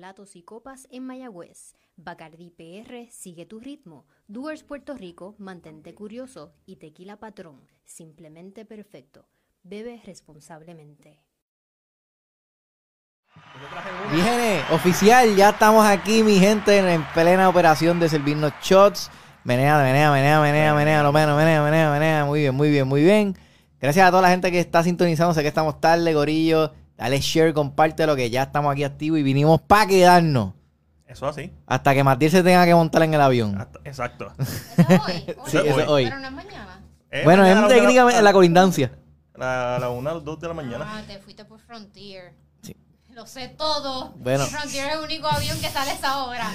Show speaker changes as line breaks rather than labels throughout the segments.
Tacos y Copas en Mayagüez. Bacardi PR, sigue tu ritmo. Doers Puerto Rico, mantente curioso. Y Tequila Patrón, simplemente perfecto. Bebe responsablemente.
Mi gente, oficial, ya estamos aquí, mi gente, en plena operación de servirnos shots. Menea, menea, menea, menea, menea, no menos, menea, menea, menea. Muy bien, muy bien, muy bien. Gracias a toda la gente que está sintonizando. Sé que estamos tarde, gorillo. Dale share, compártelo, que ya estamos aquí activos y vinimos para quedarnos.
Eso así.
Hasta que Matir se tenga que montar en el avión.
Hasta- Exacto.
Eso hoy, hoy.
Sí, eso es hoy.
Pero no es mañana.
Eh,
bueno, es
mañana a la una de la-
técnicamente la colindancia.
a- A la una, a las dos de la mañana.
Ah, te fuiste por Frontier.
Sí.
Lo sé todo.
Bueno.
Frontier es el único avión que sale a esa hora.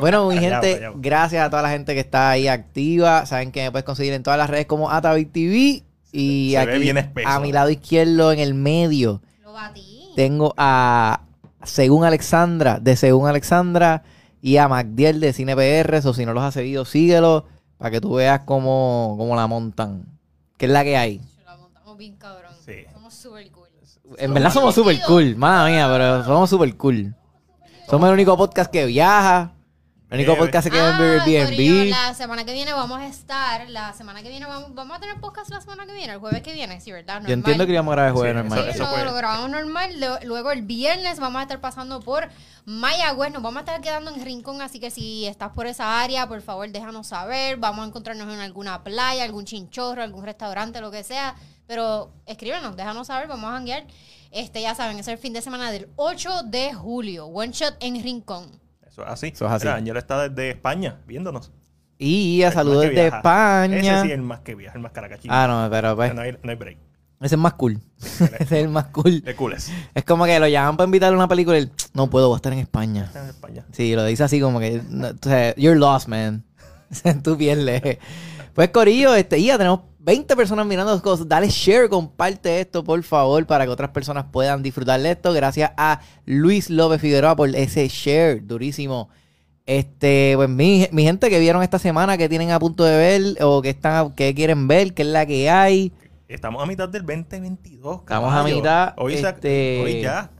Bueno, mi
Callao,
gente,
callao.
gracias a toda la gente que está ahí activa. Saben que me puedes conseguir en todas las redes como Atavit TV. Y
Se ve
aquí,
bien espeso.
a mi lado izquierdo, en el medio,
Lo batí.
tengo a Según Alexandra, de Según Alexandra, y a Magdiel de Cine PR. O si no los has seguido, síguelo para que tú veas cómo, cómo la montan. Que es la que hay.
Yo La montamos bien cabrón.
Sí.
Somos super cool.
En verdad somos super cool, mala mía, pero somos super cool. Somos el único podcast que viaja. El único
Bebe.
podcast que queda en
Ah, Corillo,
Airbnb.
la semana que viene vamos a estar, la semana que viene vamos, vamos a tener podcast la semana que viene, el jueves que viene, sí, ¿verdad? Normal.
Yo entiendo que íbamos a grabar el jueves
Sí,
normal.
Sí,
Eso
lo-
fue.
lo grabamos normal. lo- Luego el viernes vamos a estar pasando por Mayagüez. Nos vamos a estar quedando en Rincón. Así que si estás por esa área, por favor déjanos saber. Vamos a encontrarnos en alguna playa, algún chinchorro, algún restaurante, lo que sea. Pero escríbenos, déjanos saber. Vamos a janguear. Este, ya saben, es el fin de semana del 8 de julio. One shot en Rincón.
Eso es así.
Eso es así.
Mira, Angelo está desde España viéndonos.
Y a
El más
saludos
que
de
viaja. Ese
España.
sí es el más que viaja, el más caracachín.
Ah, no, pero pues,
no, hay, no hay break.
ese es más cool. ese es el más cool.
De cooles.
Es como que lo llaman para invitarle a una película y él, no puedo, voy a estar en España.
Está en España.
Sí, lo dice así como que, no, o sea, you're lost, man. Tú pierdes. Pues, Corillo, este, ya tenemos 20 personas mirando las cosas. Dale share, comparte esto, por favor, para que otras personas puedan disfrutar de esto. Gracias a Luis López Figueroa por ese share durísimo. Este, pues mi, mi gente que vieron esta semana, que tienen a punto de ver o que están a- que quieren ver, que es la que hay.
Estamos a mitad del 2022.
Estamos a
caballo.
mitad,
Hoy, se-
este-
hoy ya.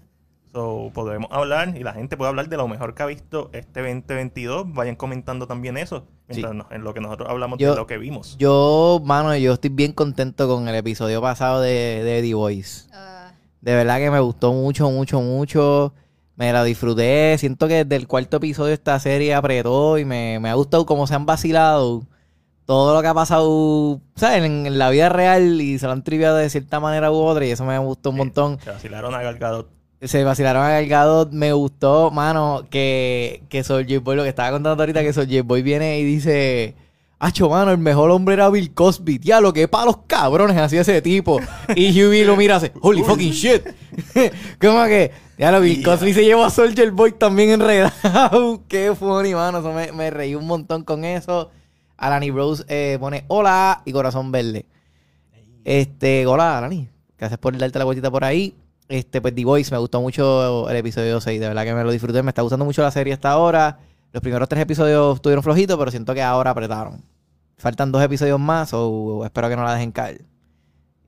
So, podemos hablar y la gente puede hablar de lo mejor que ha visto este 2022. Vayan comentando también eso. Mientras nos- en lo que nosotros hablamos
Yo-
de lo que vimos.
Yo, mano, yo estoy bien contento con el episodio pasado de, de The Voice.
Ah,
De verdad que me gustó mucho, mucho, mucho. Me la disfruté. Siento que desde el cuarto episodio esta serie apretó y me, me ha gustado cómo se han vacilado todo lo que ha pasado, ¿sabes? En, en la vida real y se lo han triviado de cierta manera u otra y eso me gustó un montón.
Se vacilaron a Gal Gadot.
Se vacilaron a Gal Gadot. Me gustó, mano, que, que Soulja Boy, lo que estaba contando ahorita, que Soulja Boy viene y dice... Acho, mano, el mejor hombre era Bill Cosby. Ya, lo que para los cabrones así ese tipo. Y Hughie lo mira hace, holy fucking shit. Como que, ya lo Bill
Yeah.
Cosby se llevó a Soldier Boy también enredado. Qué funny, mano. Eso me, me reí un montón con eso. Alani Rose eh, pone hola y corazón verde. Este, hola, Alani. Gracias por darte la vueltita por ahí. Este, pues The Voice, me gustó mucho el episodio 6. De verdad que me lo disfruté. Me está gustando mucho la serie hasta ahora. Los primeros tres episodios estuvieron flojitos, pero siento que ahora apretaron. Faltan dos episodios más, o espero que no la dejen caer.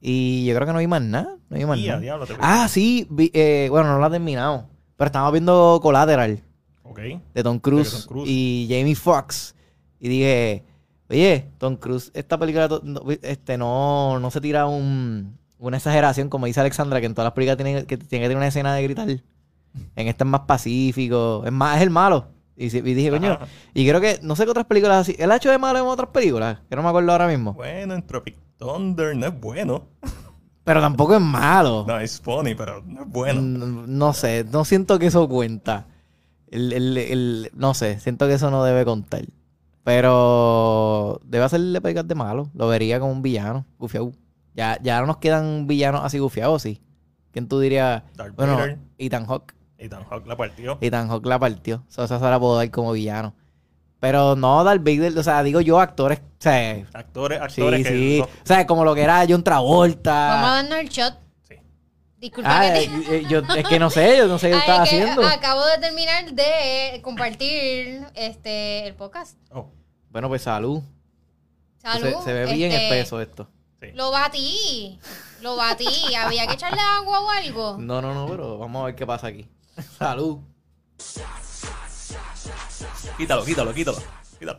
Y yo creo que no vi más nada. No vi más
Y a
nada.
diablo, te
Ah, sí, vi- eh, bueno, no la he terminado. Pero estábamos viendo Collateral
Ok.
de Tom Cruise,
Tom Cruise.
y Jamie Foxx. Y dije, oye, Tom Cruise, esta película to- no, este, no, no se tira un- una exageración, como dice Alexandra, que en todas las películas tiene que, tiene que tener una escena de gritar. En esta es más pacífico, es más, es el malo. Y, si- y dije, coño,
Ajá.
y creo que, no sé qué otras películas así. Él ha hecho de malo en otras películas, que no me acuerdo ahora mismo.
Bueno, en Tropic Thunder no es bueno.
Pero tampoco es malo.
No, es funny, pero no es bueno.
Mm, No sé, no siento que eso cuenta. El, el- el- no sé, siento que eso no debe contar. Pero debe hacerle pegas de malo. Lo vería como un villano, gufiado. Ya, ya no nos quedan villanos así gufiados, sí. ¿Quién tú dirías?
Darth
bueno,
Vader.
Ethan Hawk.
Ethan Hawke la partió.
Ethan Hawk la partió. O sea, esa se la puedo dar como villano. Pero no Darth Vader, o sea, digo yo actores, o sea,
Actores,
sí,
actores que...
sí.
no-
O sea, como lo que era John Travolta.
Vamos a darnos el shot.
sí.
Disculpa
Ah,
que te-
eh, eh, yo, es que no sé, yo no sé qué yo
Ah, es
estaba
que
haciendo.
Acabo de terminar de compartir este el podcast.
Oh,
Bueno, pues salud.
Salud.
se, se ve bien
este,
espeso esto.
sí.
Lo batí. Lo batí. Había que echarle agua o algo.
No, no, no, pero vamos a ver qué pasa aquí. Salud.
Quítalo, quítalo, quítalo. Quítalo.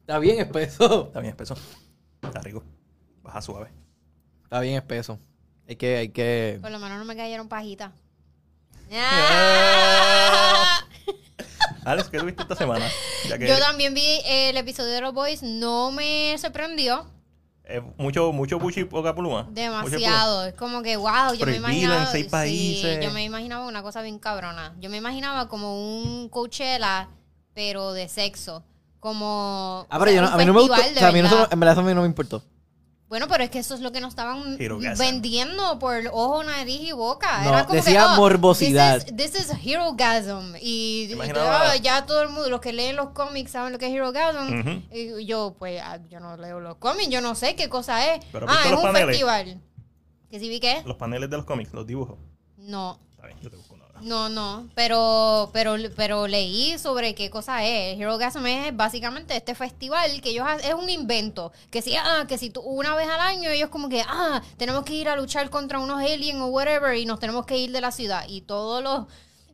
Está bien espeso.
Está bien espeso. Está rico. Baja suave.
Está bien espeso. Hay que, hay que.
Por lo menos no me cayeron pajitas.
Ah.
Alex, ¿qué tuviste esta semana? Ya que
Yo también vi eh, el episodio de los boys, no me sorprendió
eh, mucho, mucho puchi y poca pluma. Mucha pluma.
demasiado.
pues?
Es como que, wow, yo me
Prohibido en
imaginaba.
seis
sí,
países.
yo me imaginaba una cosa bien cabrona. Yo me imaginaba como un Coachella, pero de sexo. Como.
Ah,
o
pero
sea,
yo no,
un
a mí no me gustó.
festival
O
de
sea, a mí no,
verdad.
en verdad eso a mí no me importó.
Bueno, pero es que eso es lo que nos estaban
Hirogaza.
vendiendo por ojo, nariz y boca.
No,
Era como
decía
que, oh,
morbosidad.
This is, this is herogasm. Y, y
Imaginaba-
todo- ya todo el mundo, los que leen los cómics saben lo que es herogasm.
Ujú.
Y yo, pues, ah, yo no leo los cómics, yo no sé qué cosa es.
Pero
ah,
¿viste
es
los
un
paneles?
festival. ¿Que sí vi qué?
Los paneles de los cómics, los dibujos.
No,
Está bien, yo te busco una hora.
no, no. Pero, pero, pero leí sobre qué cosa es. Herogasm es básicamente este festival que ellos ha- es un invento. Que si, ah, que si tú una vez al año ellos como que, ah, tenemos que ir a luchar contra unos aliens o whatever y nos tenemos que ir de la ciudad. Y todos los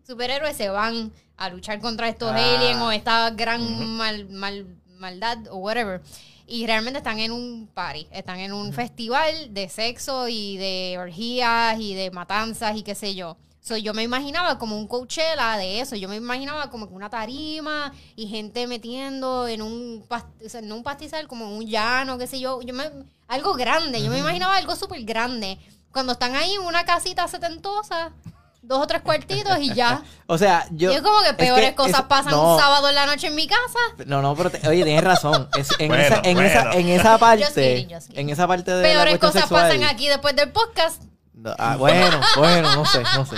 superhéroes se van a luchar contra estos
Ah.
aliens o esta gran mal, mal- maldad o whatever. Y realmente están en un party, están en un festival de sexo y de orgías y de matanzas y qué sé yo. So, yo me imaginaba como un Coachella de eso, yo me imaginaba como que una tarima y gente metiendo en un, pas- o sea, no un pastizal, como en un llano, qué sé yo. yo me- algo grande, yo me imaginaba algo súper grande. Cuando están ahí en una casita setentosa, dos o tres cuartitos y ya.
O sea, yo.
Y es como que
es
peores cosas
es-
pasan
no,
un sábado en la noche en mi casa.
No, no, pero te- oye, tienes razón. Es- en,
Bueno,
esa, en,
bueno.
esa, en esa parte.
Just kidding, just kidding.
En esa parte de. la
Peores
cuestión
cosas
sexual,
pasan aquí después del podcast.
No, ah, bueno, bueno, no sé, no sé.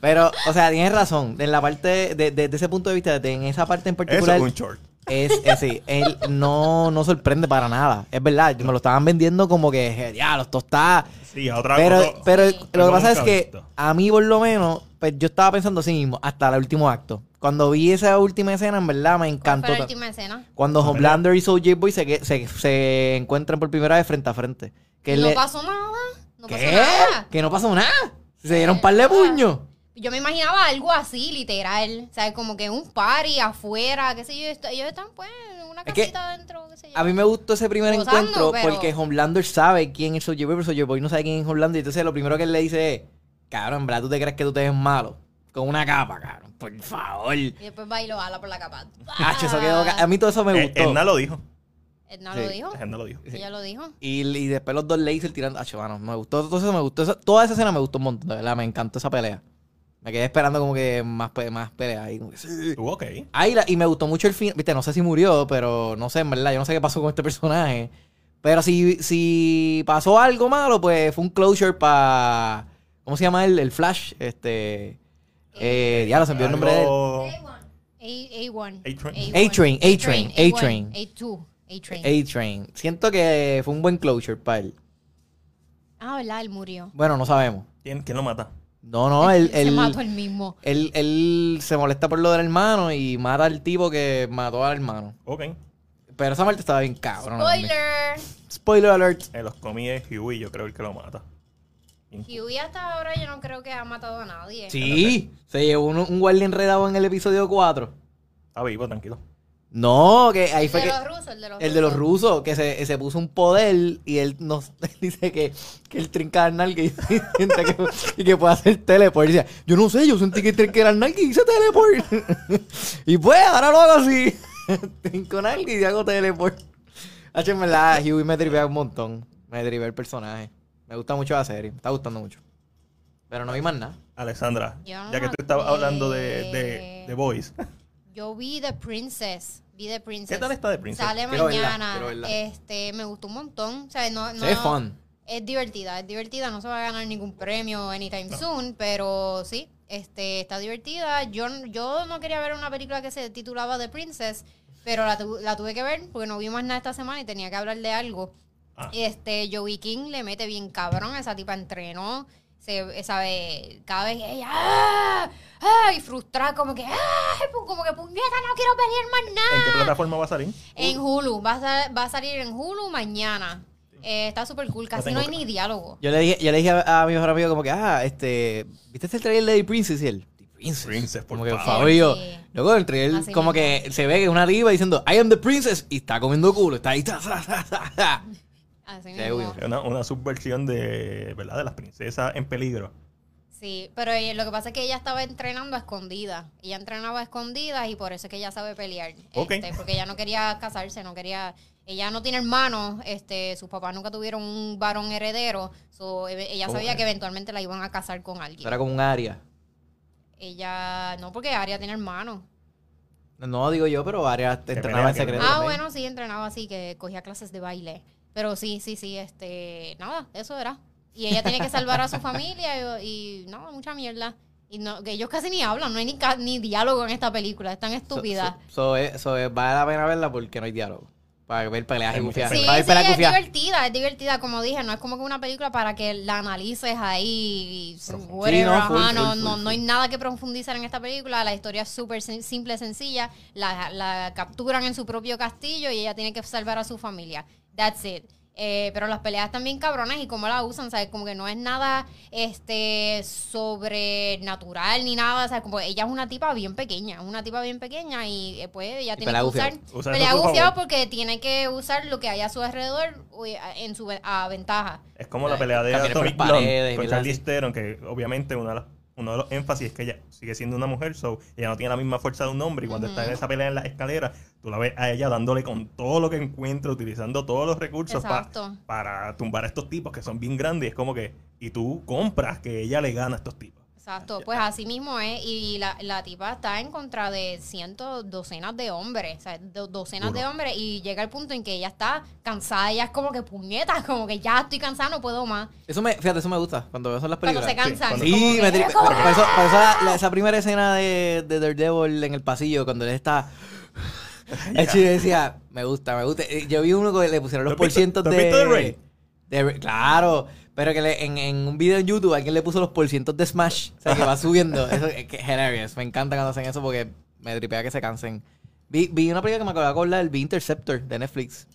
Pero, o sea, tienes razón. En la parte, de, de- de ese punto de vista, de- en esa parte en
Eso
particular,
es un short.
es, es sí, él no, no sorprende para nada. Es verdad, me lo estaban vendiendo como que, ya, los tostadas.
Sí, a otra
Pero,
otro-
pero
Sí.
lo que
Algo
pasa es
nunca
que
visto.
a mí, por lo menos, pues yo estaba pensando así mismo, hasta el último acto. Cuando vi esa última escena, en verdad, me encantó.
Fue la
ta-
última escena.
Cuando Homelander y Soulja Boy se, que- se, se encuentran por primera vez frente a frente. Que
no
le-
pasó nada. No
¿Qué?
pasó nada. Ah.
Que no pasó nada. Se dieron un par de puños.
Yo me imaginaba algo así, literal. O sea, como que un party afuera, qué sé yo. esto- Ellos están, pues, en una
Es que
casita adentro, qué sé yo.
A mí me gustó ese primer
Gozando,
encuentro
pero-
porque Homelander sabe quién es Soulja Boy, pero Soulja Boy no sabe quién es Homelander. Entonces lo primero que él le dice es, cabrón, en verdad tú te crees que tú te ves malo. Con una capa, cabrón. Por favor.
Y después bailó ala por la capa.
Hacho, eso quedó ca- A mí todo eso me
Eh,
gustó.
Edna lo dijo.
Edna
Sí.
lo dijo.
Edna lo dijo.
Ella lo dijo.
Y, y después los dos lasers tirando. Hacho, mano, me gustó. Todo eso me gustó. Eso- toda esa escena me gustó un montón, de verdad. Me encantó esa pelea. Me quedé esperando como que más, pe- más pelea. ahí, como que, sí.
Estuvo ok.
Ay, la- y me gustó mucho el fin. Viste, no sé si murió, pero no sé, en verdad. Yo no sé qué pasó con este personaje. Pero si, si pasó algo malo, pues fue un closure para. ¿Cómo se llama el, el Flash? Este. Eh, ya lo se envió el nombre de él.
Algo-
A- A1.
A-Train.
A-Train, A-Train, A-Train.
A2. A-Train.
A-Train. Siento que fue un buen closure para él.
Ah, ¿verdad? Él murió.
Bueno, no sabemos.
¿Quién, quién lo mata?
No, no, él.
Se
él-
mató él mismo.
él, él se molesta por lo del hermano y mata al tipo que mató al hermano.
Ok. Eh,
Pero esa muerte estaba bien cabrón.
Spoiler.
Spoiler alert.
los comí es Huey, yo creo el que lo mata.
Huey hasta ahora yo no creo que ha matado a nadie.
Sí, se llevó un, un guardia enredado en el episodio 4.
Está vivo, tranquilo.
No, que ahí
El
fue
de
que...
los rusos, el de los
El de los
rusos.
rusos, que se, se puso un poder y él nos dice que, que él trinca el nalga y, siente que, y que puede hacer teleport. Y dice, yo no sé, yo sentí que trinqué el nalga y hice teleport. y pues, ahora lo hago así. Trinco nalga y hago teleport. H, en verdad, Huey me tripea un montón. Me tripea el personaje. Me gusta mucho la serie, me está gustando mucho. Pero no vi más nada.
Alexandra,
Yo no
ya que
me
tú estabas hablando de, de,
acuerdo.
de Boys,
Yo vi The Princess. Vi The Princess.
¿qué tal está de Princess?
Sale
Quiero verla,
mañana.
quiero verla.
Este, me gustó un montón. O sea, no, no,
Se ve fun.
Es divertida, es divertida. No se va a ganar ningún premio anytime soon, pero sí, este, está divertida. Yo, yo no quería ver una película que se titulaba The Princess, pero la, tu- la tuve que ver porque no vi más nada esta semana y tenía que hablar de algo.
Ah.
Este, Joey King le mete bien cabrón, esa tipa entrenó. Se, sabe, cada vez ella, ¡ah! ¡ah! y frustrada, como que, ¡ah! como que puñeta, no quiero pelear más nada.
¿En qué plataforma va a salir?
Ah. En Hulu, va a, sal- va a salir en Hulu mañana. Eh, está súper cool, casi
tengo
no hay
ca-
ni diálogo.
Yo le dije, yo le dije a, a mi mejor amigo como que, ah, este, ¿viste este trailer de The Princess? Y él, The princess.
Princess, por
como que,
favor.
Fabio,
Sí.
luego el trailer,
Así
como
mismo.
que se ve que es una diva diciendo, I am the princess, y está comiendo culo, está ahí. ta, ta, ta, ta, ta.
Así
Sí,
mismo.
obvio.
Una, una subversión de, ¿verdad? De las princesas en peligro.
Sí, pero ella- lo que pasa es que ella estaba entrenando a escondidas. Ella entrenaba a escondidas y por eso es que ella sabe pelear.
Ok.
Este, porque ella no quería casarse, no quería... Ella no tiene hermanos, este, sus papás nunca tuvieron un varón heredero. so, e- ella
¿Cómo
sabía
es?
que eventualmente la iban a casar con alguien.
Eso era como un área.
Ella... No, porque Aria tiene hermanos.
No digo yo, pero Aria te
Que
entrenaba en
pelea, que
secreto.
pelea.
Ah,
también.
bueno, sí, entrenaba así, que cogía clases de baile. Pero sí, sí, sí, este, nada, eso era. Y ella tiene que salvar a su familia y, y no, mucha mierda. Y no, que ellos casi ni hablan, no hay ni, ca- ni diálogo en esta película, es tan
So-
estúpida.
So, so es- so es- vale la pena verla porque no hay diálogo. Para ver peleas
Hay
y
mucha
gufias.
pelea.
sí,
Para ver
sí,
peleas
es
gufias.
divertida, es divertida, como dije, no es como que una película para que la analices ahí, y
Profundo.
whatever,
Sí, no,
ajá,
full, full,
no,
full,
no- no
full.
hay nada que profundizar en esta película, la historia es súper sim- simple, sencilla, la, la capturan en su propio castillo y ella tiene que salvar a su familia, that's it. Eh, pero las peleas también cabronas y cómo la usan, ¿sabes? Como que no es nada este sobrenatural ni nada, ¿sabes? Como ella es una tipa bien pequeña, una tipa bien pequeña y eh, pues ella
Y
tiene
pelea
que
gufiado.
usar...
Usa eso
pelea
a tu
gufiado
favor.
porque tiene que usar lo que hay a su alrededor uy, a- en su ve- a ventaja.
Es como
Ay,
la pelea de
caminar por
Atomic
las paredes,
Blonde con
¿verdad?
Charlize
Sí.
Theron, que obviamente una de las- uno de los énfasis es que ella sigue siendo una mujer, so ella no tiene la misma fuerza de un hombre. Y cuando está en esa pelea en las escaleras, tú la ves a ella dándole con todo lo que encuentra, utilizando todos los recursos pa-
Exacto.
para tumbar a estos tipos que son bien grandes. Y es como que, y tú compras que ella le gana a estos tipos.
Exacto, pues así mismo es. Y la, la tipa está en contra de cientos, docenas de hombres, o sea, do- docenas
Duro.
de hombres. Y llega el punto en que ella está cansada, ella es como que puñetas, como que ya estoy cansada, no puedo más.
Eso me, fíjate, eso me gusta cuando veo son las
Cuando
películas.
se cansan.
cuando-
es como
Sí,
que-
me tri- por, por eso, por eso la- la- esa primera escena de, de Daredevil en el pasillo, cuando él está. El chico decía, me gusta, me gusta. Eh, Yo vi uno que le pusieron los
¿Tú has visto-
porcientos
tú has
de.
visto The Raid?
de Ra- Claro, pero que le- en, en un video en YouTube alguien le puso los porcientos de Smash. O sea, que va subiendo. Eso es que es hilarious. Me encanta cuando hacen eso porque me tripea que se cansen. Vi, vi una película que me acordaba con la del The Interceptor de Netflix.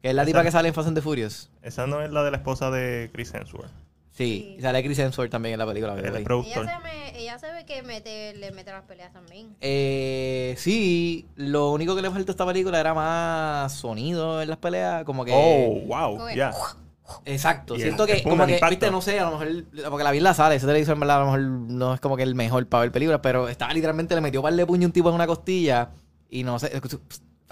Que es la tipa
Esa-
que sale en Fast and the Furious.
Esa no es la de la esposa de Chris Hemsworth,
Sí, y sale Chris Hemsworth también en la película. by the
el
way.
productor.
Ella se, me- ella se ve que mete, le mete las peleas también.
Eh, sí, lo único que le faltó a esta película era más sonido en las peleas, como que...
Oh, wow,
Coge.
ya.
Exacto,
Y el-
siento que
el pum,
como
el
que,
impacto.
viste, no sé, a lo mejor, porque la vi en la sala, ese televisor en verdad a lo mejor no es como que el mejor para ver películas, pero estaba literalmente, le metió un par de puño a un tipo en una costilla y no sé,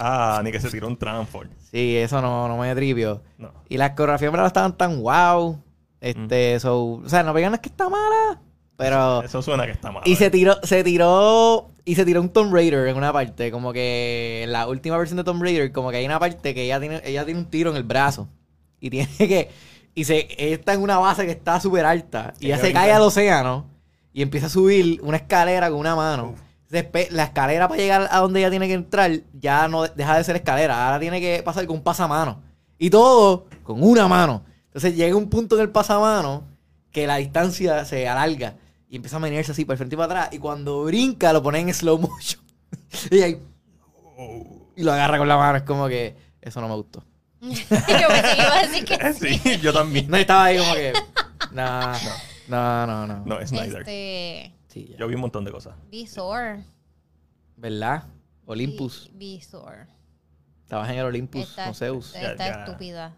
Ah, ni que se tiró un transform.
sí, eso no, no me trivió.
No.
Y las coreografías en verdad no estaban tan wow, este, so, o sea, no vean es que está mala, pero...
Eso suena que está mal.
Y se tiró, se tiró, y se tiró un Tomb Raider en una parte, como que en la última versión de Tomb Raider, como que hay una parte que ella tiene, ella tiene un tiro en el brazo. Y tiene que, y se, ella está en una base que está súper alta. Y
Ella
ella se
brinca.
cae al océano y empieza a subir una escalera con una mano.
Uf.
Después, la escalera para llegar a donde ella tiene que entrar ya no de- deja de ser escalera, ahora tiene que pasar con un pasamano. Y todo con una mano. Entonces llega un punto en el pasamano que la distancia se alarga y empieza a menearse así para el frente y para atrás. Y cuando brinca lo ponen en slow motion. y, ahí-
Oh.
y lo agarra con la mano. Es como que eso no me gustó.
Yo pensé que iba a decir que
Sí, yo también.
No estaba ahí como que. No, no, no, no.
No, Snyder.
este,
Sí, ya.
Yo vi un montón de cosas.
Visor.
¿Verdad? Olympus.
Visor.
Estabas en el Olympus
Esta,
con Zeus.
esta
Ya, ya.
estúpida.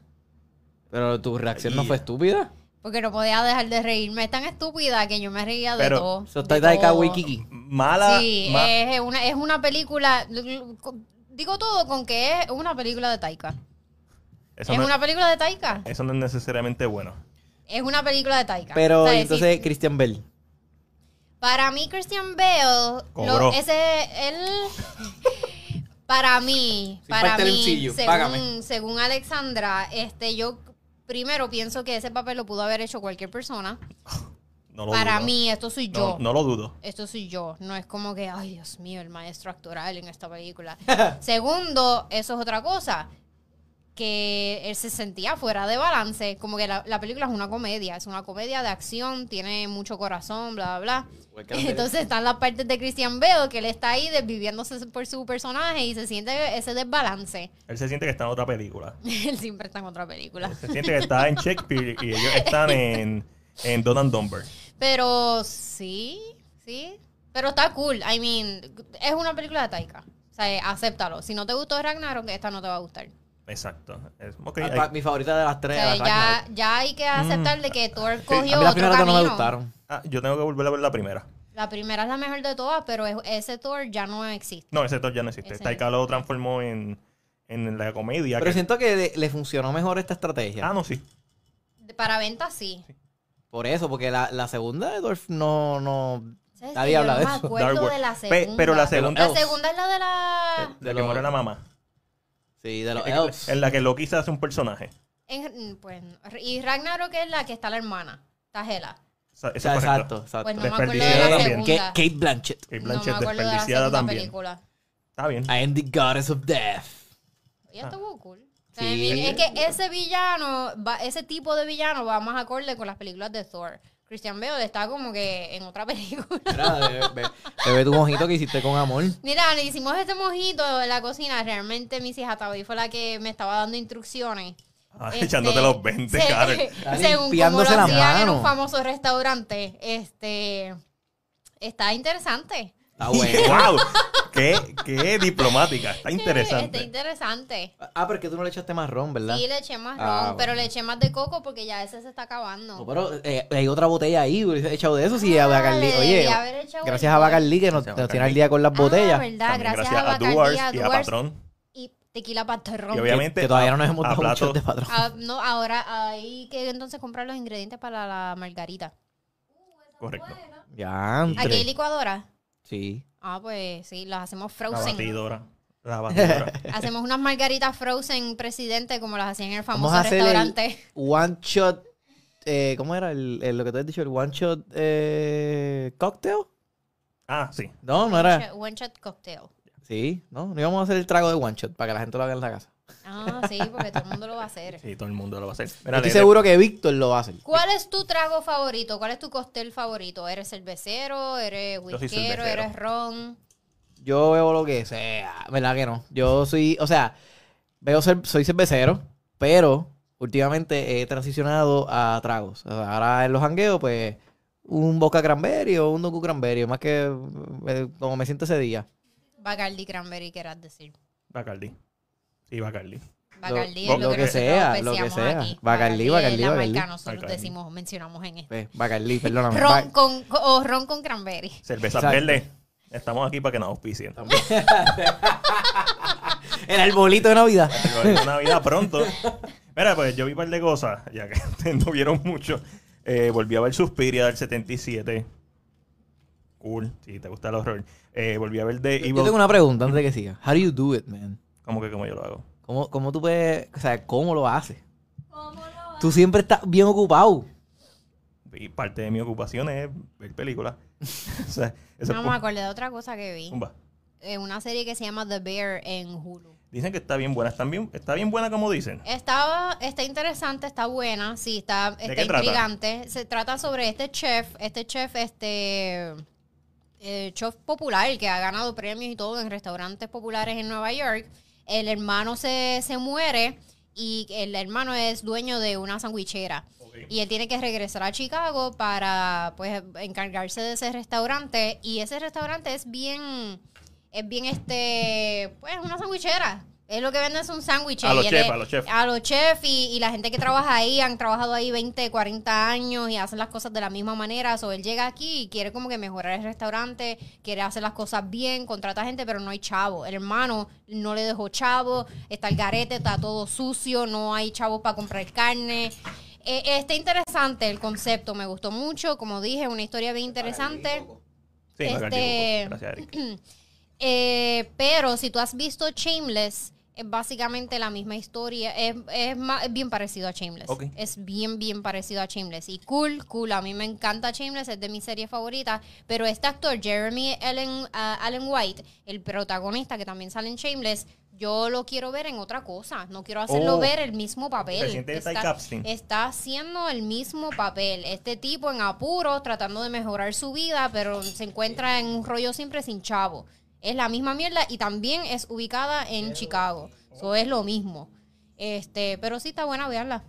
Pero tu reacción no
Ahí.
fue estúpida.
Porque no podía dejar de reírme. Es tan estúpida que yo me reía de
Pero,
todo.
Eso
de
está de
todo.
Kawaii Kiki.
Mala.
Sí, eh,
ma-
es una, es una película. Digo todo con que es una película de Taika.
eso,
es
no,
una película de Taika.
eso no es necesariamente bueno.
Es una película de Taika.
Pero
O sea,
y
si-
entonces, Christian Bell.
para mí, Christian Bale.
Cobró.
ese. Él. Para mí,
Sin
para
parte del
mí,
bolsillo, págame.
según, según Alexandra, este, yo primero pienso que ese papel lo pudo haber hecho cualquier persona.
No lo
Para
dudo.
mí, esto soy
No,
yo.
no lo dudo.
esto soy yo. No es como que, ay, Dios mío, el maestro actoral en esta película. Segundo, eso es otra cosa. Que él se sentía fuera de balance. Como que la, la película es una comedia. Es una comedia de acción, tiene mucho corazón, bla, bla, bla. Entonces están las partes de Christian Bale, que él está ahí desviviéndose por su personaje y se siente ese desbalance.
Él se siente que está en otra película.
él siempre está en otra película.
Se siente que está en Shakespeare y ellos están en, en Don and Dumber.
Pero sí, sí. Pero está cool. I mean, es una película de Taika. O sea, eh, acéptalo. Si no te gustó Ragnarok, esta no te va a gustar.
Exacto. Es- ok,
Ah,
hay-
pa- Mi favorita de las
O
tres.
sea,
la
ya,
Ragnarok.
ya hay que
Mm.
aceptar de que Thor
A mí
cogió
las
otro
primeras dos no
camino.
me gustaron.
ah, yo tengo que volver a ver la primera.
La primera es la mejor de todas, pero es- ese Thor ya no existe.
No, ese Thor ya no existe.
Ese no
Taika lo transformó en, en la comedia.
Pero
que-
siento que le, le funcionó mejor esta estrategia.
Ah, no, sí.
De- Para venta sí.
Por eso, porque la, la segunda de Dolph no, no.
¿Sabes
Nadie
que
habla
yo
de
no me
eso.
acuerdo
Dark World.
de la
Pe-
segunda.
pero la
segunda-
La segunda es la de la...
De
La que
los-
muere la mamá.
Sí, de los
En-
elves.
En la que Loki se hace un personaje.
en- pues, y Ragnarok es la que está la hermana. Está Hela.
Esa-
O
eso
sea,
es correcto.
exacto, exacto.
Pues no me acuerdo de la
Desperdiciada
segunda.
también.
Kate, Kate Blanchett.
Kate
No me
Blanchett,
acuerdo de la
desperdiciada
segunda
también.
película.
Está bien.
I am the goddess of death.
Ah.
Ya estuvo cool. O sea,
Sí.
I mean, Es que ese villano, va, ese tipo de villano va más acorde con las películas de Thor. Christian Bale está como que en otra película.
Mira, bebé, bebé, bebé, tu mojito que hiciste con amor.
Mira, le hicimos este mojito en la cocina. Realmente mis hijas Tabi fue la que me estaba dando instrucciones.
Ah,
Este,
echándote los 20,
se-
Karen.
según como lo
limpiándose las
hacían en
manos.
un famoso restaurante. Este está interesante.
Está bueno.
¡Wow! Qué, qué diplomática. Está
Está
interesante.
interesante.
Ah, pero es que tú no le echaste más ron, ¿verdad?
Sí, le eché más ron,
Ah, bueno.
pero le eché más de coco porque ya ese se está acabando.
No, pero eh, hay otra botella ahí, hubiese echado de eso si
Ah,
a Bacardi.
le
Oye,
debía haber echado
gracias
el
a
gol.
Bacardi que nos,
Gracias a
nos tiene
Bacardi.
al día con las
Ah,
botellas.
verdad,
También
gracias, a Bacardi,
Duars
a
y a
Duars
Patrón.
y Tequila Patrón.
Y obviamente.
que todavía
a-
no nos hemos
a
dado
plato-
muchos de patrón.
Ah, no, ahora hay que entonces comprar los ingredientes para la margarita.
Correcto.
Ya,
¿Aquí hay
entre.
licuadora?
Sí.
Ah, pues sí, las hacemos
La
frozen.
batidora. La batidora.
Hacemos unas margaritas frozen, presidente, como las hacían en el
Vamos
famoso
a hacer el
restaurante.
one shot. Eh, ¿Cómo era el, el- lo que tú has dicho? ¿El one shot eh, cocktail?
Ah, sí.
No, no
One
era.
shot- One shot cocktail.
Sí, no, no íbamos a hacer el trago de one shot para que la gente lo haga en la casa.
Ah, sí, porque todo el mundo lo va a hacer.
Sí, todo el mundo lo va a hacer. Mira,
Estoy
Lele,
seguro que Víctor lo va a hacer.
¿Cuál es tu trago favorito? ¿Cuál es tu cóctel favorito? ¿Eres cervecero? ¿Eres
soy
whiskero?
cervecero.
¿Eres ron?
Yo bebo lo que sea, ¿verdad que no? Yo soy, o sea, veo ser, soy cervecero, pero últimamente he transicionado a tragos. O sea, ahora en los jangueos, pues, un boca cranberry o un docu cranberry, más que eh, como me siento ese día.
Bacardi Cranberry, querrás decir.
Bacardi. Sí, Bacardi.
Bacardi
Lo-
es
lo que
nosotros
sea, lo que
apreciamos
sea.
aquí.
Bacardí,
Bacardí
Bacardí,
es la
Bacardí.
marca, nosotros
Bacardí.
decimos, mencionamos en esto.
Pues, Bacardi, perdóname.
Ron
Ba-
con, o ron con cranberry.
Cervezas
Exacto.
verdes. Estamos aquí para que nos auspicien.
el arbolito de Navidad.
Digo, es Navidad pronto. Mira, pues yo vi un par de cosas, ya que ustedes no vieron mucho. Eh, volví a ver Suspiria del 77. Cool, si te gusta el horror. Eh, volví a ver de
Yo
Evil.
tengo una pregunta antes de que siga. How do you do it, man?
¿Cómo que cómo yo lo hago?
¿Cómo, cómo tú puedes, o sea, cómo lo haces? Tú siempre estás bien ocupado.
Y parte de mi ocupación es ver películas. o sea, eso
No
es
me
pu-
acordé de otra cosa que vi.
zumba.
Eh, una serie que se llama The Bear en Hulu.
Dicen que está bien buena. Está bien, está bien buena como dicen.
Eh, Está, está interesante, está buena, sí, está, está
qué trata?
intrigante. Se trata sobre este chef, este chef, este eh, chef popular que ha ganado premios y todo en restaurantes populares en Nueva York. El hermano se, se muere y el hermano es dueño de una sandwichera. Y él tiene que regresar a Chicago para pues encargarse de ese restaurante. Y ese restaurante es bien, es bien este, pues una sandwichera. Es lo que venden son sándwiches.
A los
Y él
chefs,
es-
a los chefs.
a los chefs y, y la gente que trabaja ahí han trabajado ahí 20, 40 años y hacen las cosas de la misma manera. O él llega aquí y quiere como que mejorar el restaurante, quiere hacer las cosas bien, contrata gente, pero no hay chavo. El hermano no le dejó chavo, está el garete, está todo sucio, no hay chavo para comprar carne. Eh, está interesante el concepto, me gustó mucho. Como dije, una historia bien interesante.
Sí, me acordé,
Este-
Gracias, Eric.
Eh, pero si tú has visto Shameless, es básicamente la misma historia. Es, es ma- es bien parecido a Shameless.
Ok.
Es bien, bien parecido a Shameless. Y cool, cool. A mí me encanta Shameless, es de mis series favoritas. Pero este actor, Jeremy Allen, ah, Allen White, el protagonista que también sale en Shameless, yo lo quiero ver en otra cosa. No quiero hacerlo
Oh.
ver el mismo papel.
Reciente de Ty
Está-
Capstein.
está haciendo el mismo papel. Este tipo en apuros, tratando de mejorar su vida, pero se encuentra en un rollo siempre sin chavo. Es la misma mierda y también es ubicada en Chicago. Eso es lo mismo. Este, pero sí está buena, veanla.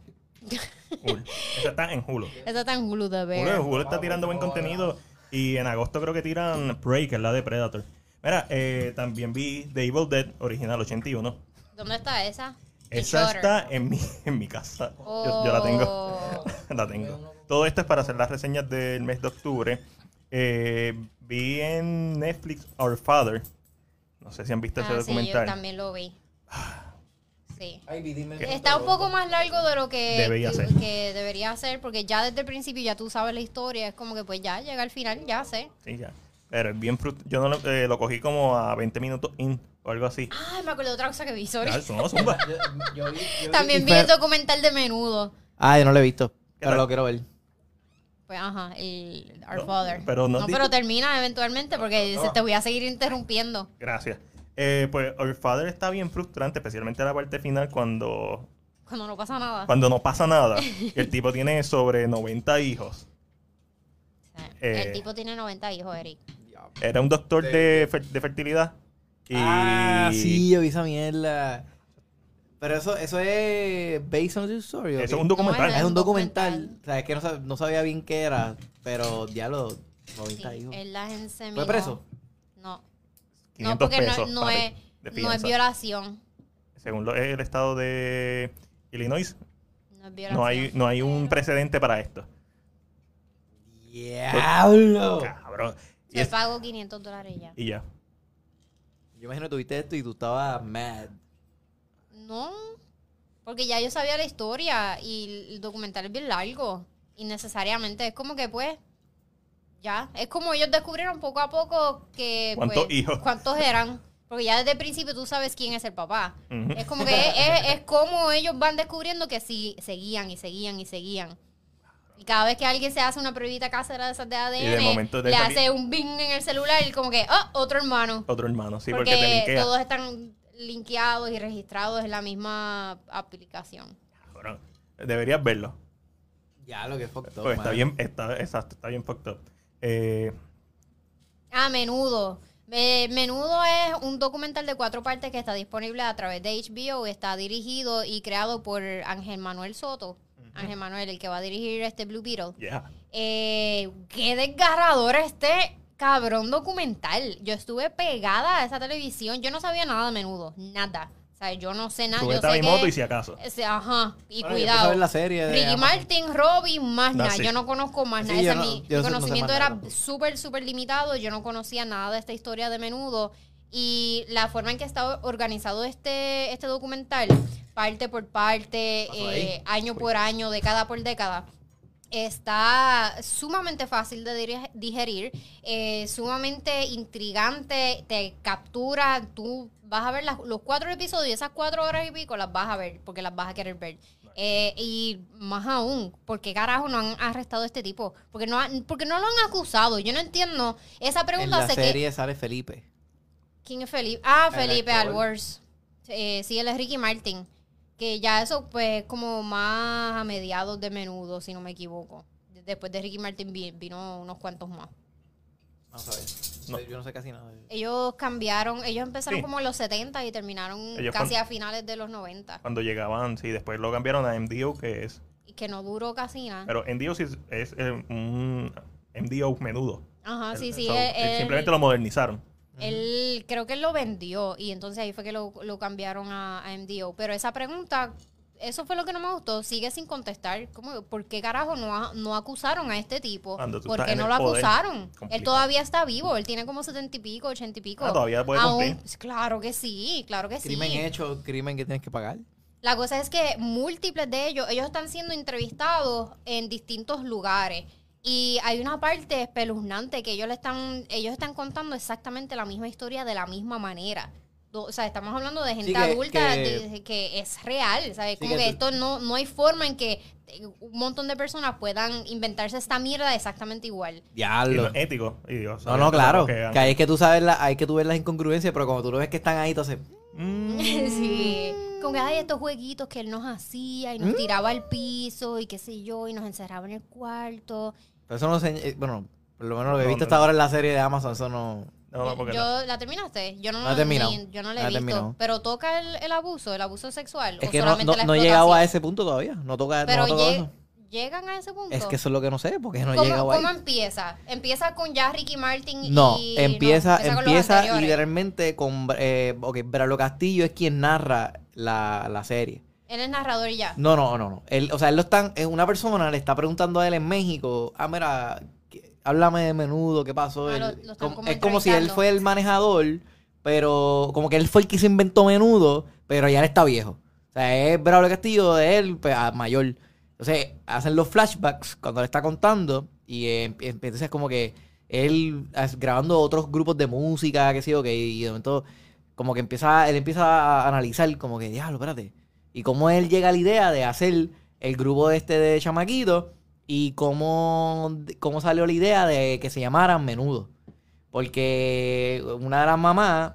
Cool. Esa está en Hulu.
Esta está en Hulu de
Hulu,
ver.
Hulu está tirando buen contenido. Y en agosto creo que tiran Prey, que es la de Predator. Mira, eh, también vi The Evil Dead, original 81.
¿Dónde está esa? En
Esa
Shudder.
está en mi, en mi casa. Yo, yo la tengo.
Oh.
la tengo. Todo esto es para hacer las reseñas del mes de octubre. Eh, vi en Netflix Our Father. No sé si han visto ese
Ah, sí, yo
documental. Ah.
también lo vi. Sí.
dime.
Está un poco más largo de lo que,
Debería
que,
ser.
que debería ser, porque ya desde el principio ya tú sabes la historia, es como que pues ya llega al final, ya sé.
Sí, ya. Pero es bien frust- Yo no lo, eh, lo cogí como a 20 minutos in o algo así.
Ay, me acuerdo de otra cosa que vi, Ah, sorry.
Claro, no, zumba.
También
y
vi
Fer-
el documental de menudo.
Ah, yo no lo he visto. Pero
tal?
lo quiero ver.
Pues ajá, el Our
No,
Father.
pero no digo-
pero termina eventualmente porque
no,
se-
no.
te voy a seguir interrumpiendo.
Gracias. Eh, pues Our Father está bien frustrante, especialmente la parte final cuando,
Cuando no pasa nada.
cuando no pasa nada. Y el tipo tiene sobre 90 hijos.
O sea,
eh,
el tipo tiene 90 hijos, Eric.
Era un doctor de, fer- de fertilidad. Y
Ah, sí, yo vi esa mierda. Pero eso, eso es based on the story. ¿o
Eso es
qué?
un documental.
No,
Es un
no, un
documental.
documental.
O sea, es que no, sab- no sabía bien qué era, pero ya lo... lo vi,
Sí,
está ahí, hijo.
él las enseminó.
¿Fue preso?
No.
500
No, porque no,
pesos.
no
papi,
es,
de
no es
fianza.
violación.
Según lo- el estado de Illinois,
No es violación.
no hay, no hay un precedente para esto.
¡Diablo!
Cabrón. Y,
Se
es-
pagó 500 dólares ya.
y ya.
Yo imagino que tuviste esto y tú estabas mad.
No, porque ya yo sabía la historia y el documental es bien largo. Innecesariamente, es como que pues, ya. Es como ellos descubrieron poco a poco que... pues,
¿Cuántos hijos?
¿Cuántos eran? Porque ya desde el principio tú sabes quién es el papá.
Ujú.
Es como que es, es- es como ellos van descubriendo que sí, seguían y seguían y seguían. Y cada vez que alguien se hace una pruebita casera de esas de ADN,
momento de
le
salir-
hace un bing en el celular y como que, oh, otro hermano.
Otro hermano, sí, porque, te
Porque
linkea.
todos están linkeados y registrados en la misma aplicación.
Cabrón. Deberías verlo.
Ya, lo que fucked up,
Porque Pues está
mano.
bien, está, exacto, está bien fucked up. Eh,
A menudo. Eh, menudo es un documental de cuatro partes que está disponible a través de HBO. Está dirigido y creado por Ángel Manuel Soto. Ángel Manuel, el que va a dirigir este Blue Beetle.
yeah.
Eh, qué desgarrador este cabrón documental. Yo estuve pegada a esa televisión. Yo no sabía nada de menudo. Nada. O sea, yo no sé nada. Yo
Súbete a
sé
mi
que-
moto y si acaso.
Ese, ajá,
Bueno, yo empecé
y
a
cuidado.
ver la serie de
Ricky
Amazon. Ah,
Martin, Robin, más
No,
nada.
sí.
Yo no conozco
Sí,
más nada.
yo
Ese
no- yo
mi, mi
no sé- no sé más
conocimiento
nada
era
tampoco.
súper, súper limitado. Yo no conocía nada de esta historia de menudo. Y la forma en que está organizado este, este documental, parte por parte,
Pasó
eh, año por año, década por década, está sumamente fácil de diri- digerir, eh, sumamente intrigante, te captura, tú vas a ver las- los cuatro episodios y esas cuatro horas y pico las vas a ver porque las vas a querer ver. Eh, y más aún, ¿por qué carajo no han arrestado a este tipo? Porque no, han- porque no lo han acusado. Yo no entiendo. Esa
En
pregunta
la
hace que...
serie sale Felipe.
¿Quién es Felipe? Ah,
El
Felipe
actor.
Alvors. Eh, sí, él es Ricky Martin. Que ya eso, pues, como más a mediados de menudo, si no me equivoco. De- Después de Ricky Martin vi- vino unos cuantos más.
Vamos a ver.
No.
Yo no sé casi nada. de-
Ellos cambiaron, ellos empezaron
Sí.
como en los 70 y terminaron
Ellos
casi
fueron-
a finales de los 90.
Cuando llegaban, sí, después lo cambiaron a MDO, que es.
Y que no duró casi nada.
Pero MDO sí es, es, eh, un MDO menudo.
Ajá, Ah, sí,
El-
sí.
so,
él-
eh,
él-
simplemente lo modernizaron.
Él creo que él lo vendió y entonces ahí fue que lo, lo cambiaron a, a MDO. Pero esa pregunta, eso fue lo que no me gustó, sigue sin contestar. ¿Cómo, ¿Por qué carajo no, a- no acusaron a este tipo?
Cuando tú
¿Por
estás
qué
en
no
el
lo
poder,
acusaron? Él
complicado.
todavía está vivo, él tiene como setenta y pico, ochenta y pico.
Ah, todavía puede
Aún-
cumplir.
claro que sí, claro que sí.
Crimen hecho, crimen que tienes que pagar.
La cosa es que múltiples de ellos, ellos están siendo entrevistados en distintos lugares. Y hay una parte espeluznante que ellos le están, ellos están contando exactamente la misma historia de la misma manera. Do- O sea, estamos hablando de gente
que-
adulta
que-
de- de que es real, ¿sabes?
Sí,
Como
que
que
tú-
esto no, no hay forma en que eh, un montón de personas puedan inventarse esta mierda exactamente igual.
Y no
Diablo.
es ético. y digo,
No,
sabía
no,
que
claro.
era lo
Que
que-
ahí es que tú sabes, la, hay que tú ves las incongruencias, pero cuando tú lo ves que están ahí, entonces.
Sí. Como que hay estos jueguitos que él nos hacía y
¿Mm?
nos tiraba al piso y qué sé yo, y nos encerraba en el cuarto.
Pero eso no se. eh, Bueno, por lo menos lo que he
No,
visto
no,
hasta
no.
ahora en la serie de Amazon, eso no.
No, no, porque
yo,
no.
¿La terminaste? Yo no,
No la he terminado.
ni- yo no
No la
la he
he
visto.
terminado.
Pero toca el, el abuso, el abuso sexual.
Es
o
que no,
solamente
no,
la
no he llegado a
explotación?
ese punto todavía. No toca, no
Pero
toca
lleg-
eso.
¿Llegan a ese punto?
Es que eso es lo que no sé, porque no he
¿Cómo,
llegado
cómo
ahí.
empieza? ¿Empieza con ya Ricky Martin?
No,
y,
empieza,
no, con los
empieza
anteriores.
literalmente con. Eh, ok, Bralo Castillo es quien narra la, la serie.
Él es narrador y ya.
No, no, no, no. Él, o sea, él lo están, eh, una persona le está preguntando a él en México, ah, mira, que- háblame de menudo, ¿qué pasó?
Ah,
Él-
lo- lo están
com-
como
es como si él
entrevistando.
fue el manejador, pero como que él fue el que se inventó menudo, pero ya él está viejo. O sea, es Bravo Castillo de él, pues, a mayor. Entonces, hacen los flashbacks cuando le está contando y eh, empie- entonces es como que él as- grabando otros grupos de música, que sí, ok, y de momento como que empieza, él empieza a analizar como que, diablo, espérate. Y cómo él llega a la idea de hacer el grupo este de chamaquito y cómo, cómo salió la idea de que se llamaran menudo. Porque una de las mamás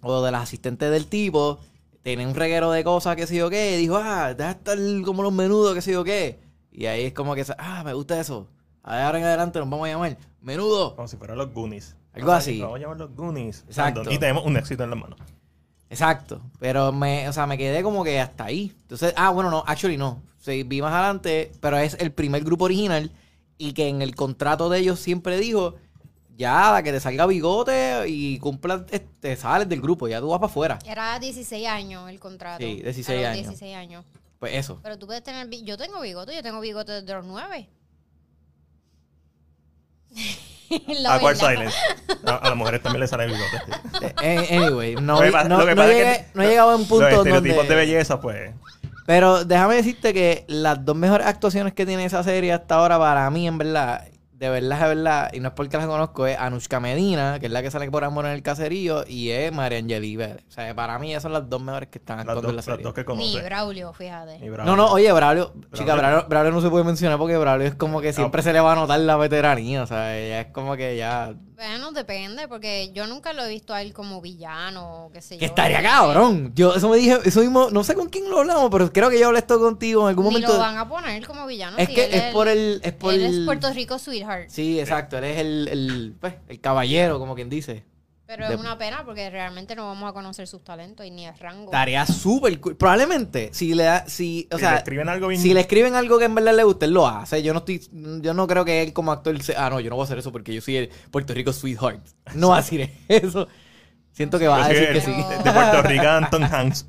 o de las asistentes del tipo tenía un reguero de cosas que sé yo qué. Y dijo, ah, deja estar como los menudos que sé yo qué. Y ahí es como que, ah, me gusta eso. Ahora en adelante nos vamos a llamar menudo.
Como si fueran los Goonies.
Algo así.
Vamos a llamar los Goonies.
Exacto.
Random. Y tenemos un éxito en las manos.
Exacto, pero me, o sea, me quedé como que hasta ahí. Entonces, ah, bueno, no, actually no. Sí, vi más adelante, pero es el primer grupo original y que en el contrato de ellos siempre dijo, ya, la que te salga bigote y cumpla, eh, te sales del grupo, ya tú vas para afuera.
Era 16 años el contrato.
Sí, 16
A los
años.
16 años.
Pues eso.
Pero tú puedes tener... bi- Yo tengo bigote, yo tengo bigote desde los 9.
Ah,
La
Awkward
verdad.
Silence. A, a las mujeres también les sale el bigote.
Eh, eh, anyway, no,
Lo que
vi-
pasa-
no,
lo que
no
pasa es
llegué-
que
no he llegado a un punto
los
donde...
estereotipos de belleza, pues.
Pero déjame decirte que las dos mejores actuaciones que tiene esa serie hasta ahora para mí, en verdad, de verdad, de verdad, y no es porque las conozco, es Anushka Medina, que es la que sale por amor en el caserío, y es María Angeli Vélez. O sea, para mí esas son las dos mejores que están
Las
actuando
dos,
en la
las
serie.
dos que
Ni
conoces.
Braulio, fíjate.
Ni Bravo.
No, no, oye, Braulio, chica,
Braulio.
Braulio, Braulio no se puede mencionar porque Braulio es como que siempre se le va a notar la veteranía, o sea, ella es como que ya...
Bueno, depende, porque yo nunca lo he visto a él como villano, o qué sé yo.
Que estaría cabrón. Yo eso me dije, eso mismo, no sé con quién lo hablamos, pero creo que yo hablé esto contigo en algún
Ni
momento.
lo van a poner como villano.
Es
si
que
él
es por el... Es por
él es
el-
Puerto Rico Sweetheart.
Sí, exacto. Él es el, el, pues, el caballero, como quien dice.
Pero
De-
es una pena porque realmente no vamos a conocer sus talentos y ni el rango.
Tarea súper cool. Probablemente, si le da, si, o
Si le
sea,
escriben algo bien.
si le escriben algo que en verdad le guste, él lo hace. Yo no estoy, yo no creo que él como actor se- ah, no, yo no voy a hacer eso porque yo soy el Puerto Rico sweetheart. No va a decir eso. Siento que va a
Yo soy
decir
el-
que sí.
Pero-
De Puerto Rico, Anton Hanks.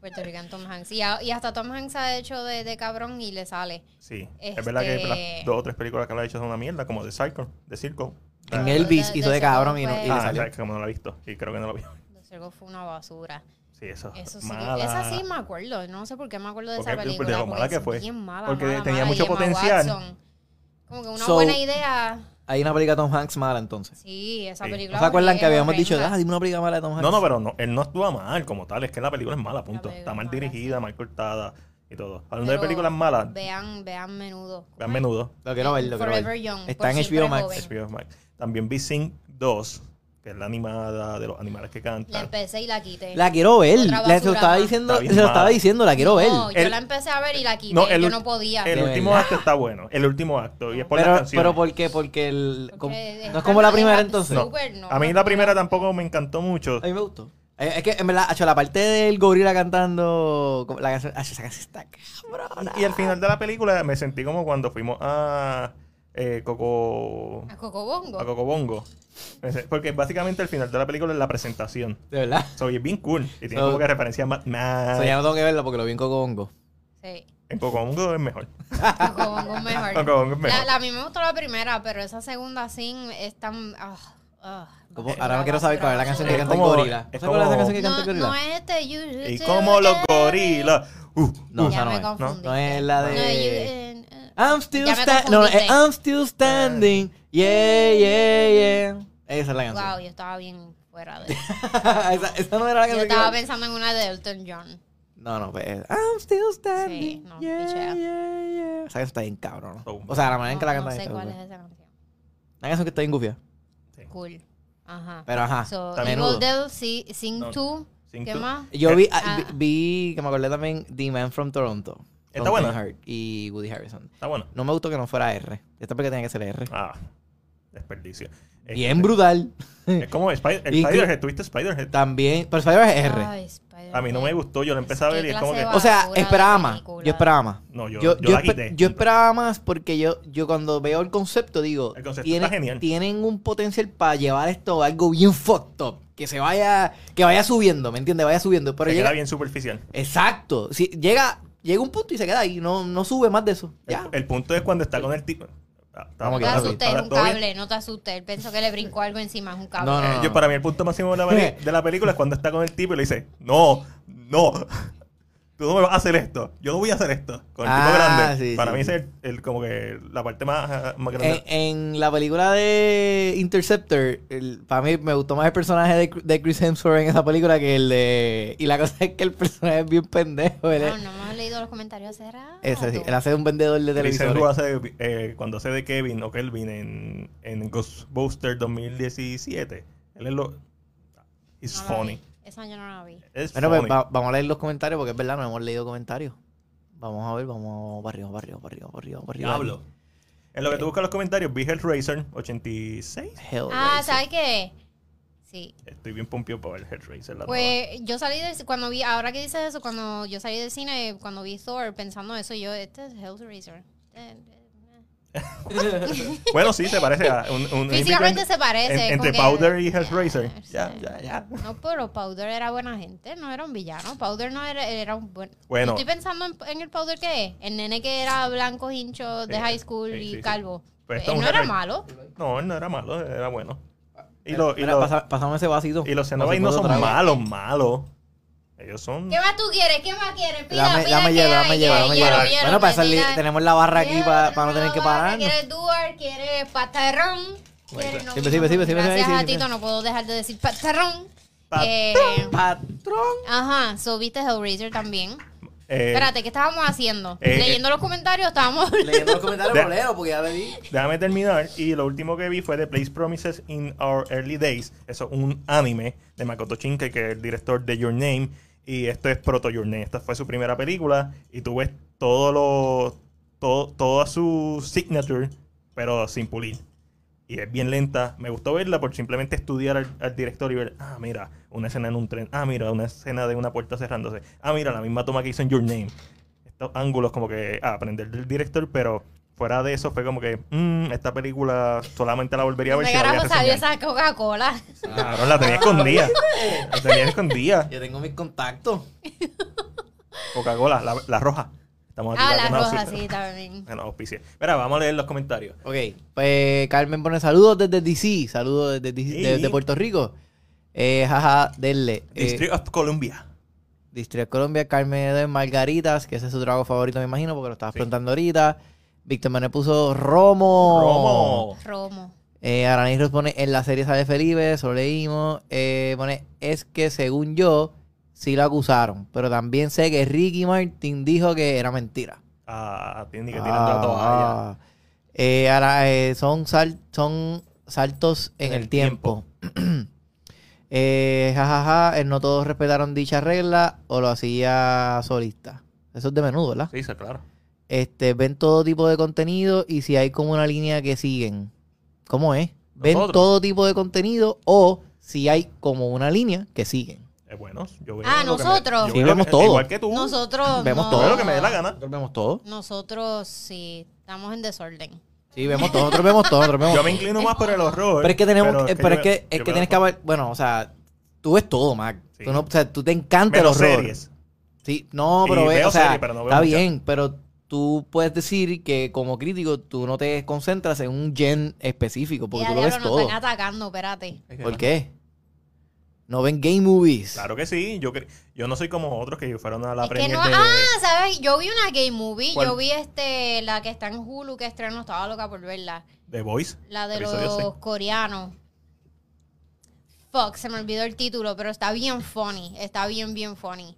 Puerto Rican Tom Hanks. Y, a- y hasta Tom Hanks ha hecho de, de cabrón y le sale.
Sí.
Este-
Es verdad que las dos o tres películas que lo ha hecho son una mierda, como The Circle. The Circle.
En
el-
Elvis
de-
hizo
de
de cabrón y, no,
seguro
y
fue-
le
Ah,
salió.
sabes que como no la he visto. Y creo que no la vi.
Lo ciervo fue una basura.
Sí,
Ah,
eso.
Eso sí,
mala.
esa sí me acuerdo. No sé por qué me acuerdo de
Porque-
esa
de lo
película.
mala
porque
que
es
fue.
bien mala,
Porque
mala,
tenía
mala,
mucho
y Emma
potencial.
Watson. Como que una
So-
buena idea.
Hay una película de Tom Hanks mala entonces.
Sí, esa
Sí.
película.
¿No se acuerdan que
horrible,
habíamos dicho,
horrenda.
ah, dime una película mala de Tom Hanks?
No, no, pero no, él no actúa mal como tal. Es que la película es mala, punto.
película
Está
es
mal
mala,
dirigida, mal cortada y todo. Hablando
Pero
de películas malas,
Vean, vean menudo.
a menudo.
Lo quiero ver, lo quiero ver.
Forever Young,
Está en
por
HBO
siempre
Max.
joven.
HBO Max. También vi Sing 2, que es la animada de los animales que
La
cantan.
empecé y la quité.
La quiero ver.
Otra
La- se lo
basura
estaba
más.
diciendo,
Está
se
bien
lo estaba
mala.
diciendo, la quiero ver.
No, yo
El-
la empecé a ver y la quité.
No, el
yo
ul-
no podía.
El
De
último
verdad.
acto está bueno. El último acto. Y es por
pero,
las canciones.
pero ¿por qué? Porque el,
Porque
como-
es
no es como la
tan-
primera
es
entonces.
No.
súper, no,
a mí
no,
la
no.
primera tampoco me encantó mucho.
A mí me gustó. Eh, Es que, en verdad, acho, la parte del gorila cantando como la canción, acho, esa canción está cabrona.
Y al final de la película me sentí como cuando fuimos a eh, Coco...
A Cocobongo.
A Cocobongo. Porque básicamente el final de la película es la presentación.
De verdad.
So, y es bien cool. Y tiene
So-
como que referencia más.
O sea, ya no tengo que verla porque lo vi en Coco Bongo.
Sí.
En Cocobongo es mejor.
Cocobongo es mejor.
Cocobongo es mejor.
La, la- a mí me gustó la primera, pero esa segunda sin es tan. ah, ah,
Como-
basura,
ahora no quiero saber cuál es la canción
basura,
que
Es
canta el
como-
gorila. ¿Sabes
es
cuál es la
como-
canción que canta el
No,
gorila?
no es este. You, you
Y
do
como los
it.
gorilas. Uh,
No,
ya
esa no
me
es.
confundí.
No es la de-
No, you- eh, eh,
I'm still
Ya me
standing. No, no, es
confundiste.
I'm still standing. Yeah, yeah, yeah. Esa es la
wow,
canción.
yo estaba bien fuera de.
esa, esa no era la
Yo
canción. que
estaba
iba-
pensando en una de Elton John.
No, no, pues es, I'm still standing.
Sí, no,
yeah, yeah,
pichea.
yeah. O sea, eso está bien cabrón.
Oh.
O sea, la manera en que la
No, no
cantan
sé
está
cuál es
brutal.
esa canción.
La canción que está bien gufia.
Cool. Ajá.
Pero ajá,
So,
Está
Ah, menudo.
Evil Dead, sí, Sing
No,
2.
Sing
¿Qué
Two.
más?
Yo vi, ah,
Ah.
vi, vi- que me acordé también The Man from Toronto.
Está
Con
buena.
Kevin Hart y Woody Harrison.
está bueno.
No me gustó que no fuera R. Esta porque tenía que ser R.
Ah, desperdicio.
Bien brutal.
Es como Spider- el
Y que-
Spider-Head, ¿tuviste Spider-Head?
También. Pero Spider-Man es R.
Ay, Spider-Man.
A mí no me gustó, yo lo empecé a ver y es como
clase
que...
de
o sea,
basura
esperaba
de
más.
película.
Yo esperaba más.
No, yo,
Yo,
yo,
yo
la
espe-
quité.
yo esperaba más porque yo, yo cuando veo el concepto digo,
El concepto
tienen,
está genial.
tienen un potencial para llevar esto a algo bien fucked up, que se vaya, que vaya subiendo, ¿me entiendes? Vaya subiendo, pero
Se
llega
queda bien superficial.
Exacto, si llega llega un punto y se queda ahí, no no sube más de eso. Ya.
El, el punto es cuando está con el tipo... Ah, está-
Vamos
No
que
te
ahora
asustes,
ahora
es un
todo bien.
cable, no te asustes. Él pensó que le brincó algo encima, es un cable.
No, no,
Eh, yo, para mí el punto máximo de la, peli- de la película es cuando está con el tipo y le dice, no, no, tú no me vas a hacer esto, yo no voy a hacer esto. Con el tipo
Ah,
grande.
sí,
para
sí,
mí
sí. Eh,
esa es el, el- como que la parte más, más grande.
En, en la película de Interceptor, el- para mí me gustó más el personaje de, de Chris Hemsworth en esa película que el de... Y la cosa es que el personaje es bien pendejo. él es-
Ah, No, no hemos leído los comentarios hace rato.
ese sí, él hace un vendedor de
Chris
televisores.
Hemsworth hace, eh, cuando hace de Kevin o Kelvin en, en Ghostbusters 2017, él es lo... It's
No la
funny.
vi. Esa yo no la vi.
It's
Bueno, pues
funny.
va- vamos a leer los comentarios porque es verdad, no hemos leído comentarios. Vamos a ver, vamos para arriba, para arriba, para arriba, para arriba, para arriba.
Diablo. En lo que tú buscas los comentarios, vi Hellraiser 86.
Hellraiser.
Ah, ¿sabes qué? Sí.
Estoy bien pompio para ver Hellraiser. La nueva.
Pues yo salí del cuando vi, ahora que dices eso, cuando yo salí del cine, cuando vi Thor pensando eso, yo, este es Hellraiser. Eh,
Bueno, sí, se parece a un... un- un
Físicamente
híbrido
se parece.
en-
es
entre
como que- Ah,
Powder y Hellraiser.
sí.
Ya, ya, ya.
No, pero Powder era buena gente, no era un villano. Powder no era, era un buen.
Bueno.
Estoy pensando en, en el Powder que es. El nene que era blanco, hincho, de
Sí,
high school
sí,
y
sí, sí.
calvo.
Pues esto
Él
es
no
un
era
héroe.
malo.
No, él no era malo, era bueno. Y,
Mira,
lo- y
mira,
lo-
pasa- pasamos ese vasito.
y los Cenobites
Pasamos
no
otra
son
vez.
malos, malos. Ellos son...
¿Qué más tú quieres? ¿Qué más quieres? Pila,
Dame,
pila,
dame
¿qué
llevar,
hay?
dame
¿Qué
llevar,
hay?
dame
Quiero,
llevar.
quiero,
Bueno, para
que
salir,
diga-
tenemos la barra aquí
Quiero,
para, para no tener
tenemos
que
la barra,
parar.
¿Quieres Duar? ¿Quieres Patarrón? ¿Quieres no,
Siempre, siempre, siempre, siempre,
Gracias
sí,
a
siempre.
Tito no puedo dejar de decir Patarrón.
Patarrón.
Eh,
Patrón.
ajá, so viste Hellraiser también.
Eh,
Espérate, ¿qué estábamos haciendo?
eh,
Leyendo los comentarios estábamos...
Leyendo los comentarios
De-
bolero, porque ya le di.
Déjame terminar. Y lo último que vi fue The Place Promises in Our Early Days. Eso es un anime de Makoto Shinkai, que es el director de Your Name. Y esto es Proto Your Name. Esta fue su primera película. Y tú ves todo lo. Todo, toda su signature, pero sin pulir. Y es bien lenta. Me gustó verla por simplemente estudiar al, al director y ver, ah, mira, una escena en un tren. Ah, mira, una escena de una puerta cerrándose. Ah, mira, la misma toma que hizo en Your Name. Estos ángulos como que ah, aprender del director, pero fuera de eso fue como que, mm, esta película solamente la volvería a ver
¿Dónde
si la voy a
carajo salió
reseñar.
esa Coca-Cola?
Cabrón, la tenía escondida. La tenía escondida.
Yo tengo mis contactos.
Coca-Cola, la, la roja. Estamos
Ah, la
para que nos
roja,
auspicie.
sí, también.
Que nos auspicie. Mira, vamos a leer los comentarios.
Ok, pues Carmen pone saludos desde DC, saludos desde DC, de,
Sí.
de Puerto Rico. Eh, jaja, denle. Eh,
District of Columbia.
District Colombia, Carmen de Margaritas, que ese es su trago favorito, me imagino, porque lo estabas
Sí.
preguntando ahorita. Víctor Manuel puso Romo.
Romo.
Romo.
Eh, Aranis nos pone en la serie sale Felipe, eso lo leímos. Eh, pone, es que según yo, sí lo acusaron, pero también sé que Ricky Martin dijo que era mentira.
Ah, tiene que tirando la toalla.
Ah. Eh, ahora, eh, son, sal- son saltos en,
En
el,
el
tiempo. eh, jajaja, eh, no todos respetaron dicha regla o lo hacía solista. Eso es de menudo, ¿verdad?
Sí, sí, claro.
Este, ven todo tipo de contenido y si hay como una línea que siguen. ¿Cómo es? Ven
Nosotros.
todo tipo de contenido o si hay como una línea que siguen.
Es bueno. Yo veo
Ah,
lo que me-
nosotros.
yo
Sí,
veo lo
vemos
que-
todo.
Igual que tú.
Nosotros
Vemos
no.
Yo veo
todo.
Uh, lo que me dé la gana.
Nosotros vemos todo.
Nosotros sí, estamos en desorden.
Sí, vemos todo, nosotros vemos todo, nosotros vemos
Yo me
todo.
inclino más por el horror.
Pero es que tenemos, eh, pero
yo
es que,
veo-
es
yo
que
veo
tienes que
horror.
haber, bueno, o sea, tú ves todo, Mac.
Sí.
Tú no, o sea, tú te encanta
Menos
el horror.
series.
Sí, no,
Y
pero ve,
veo
o sea,
series, pero no veo
está
muchas.
bien, pero tú puedes decir que como crítico tú no te concentras en un gen específico porque
Ya,
tú lo
diablo,
ves
nos
todo.
están atacando, espérate.
¿Por qué? No ven gay movies.
Claro que sí. Yo, cre- yo no soy como otros que fueron a la
Es que
premiere
no-
de...
Ah, ¿sabes? Yo vi una gay movie.
¿Cuál?
Yo vi este, la que está en Hulu que estrenó, estaba loca por verla.
The Voice.
La de
Episodio
los
seis.
coreanos. Fuck, se me olvidó el título, pero está bien funny. Está bien, bien funny.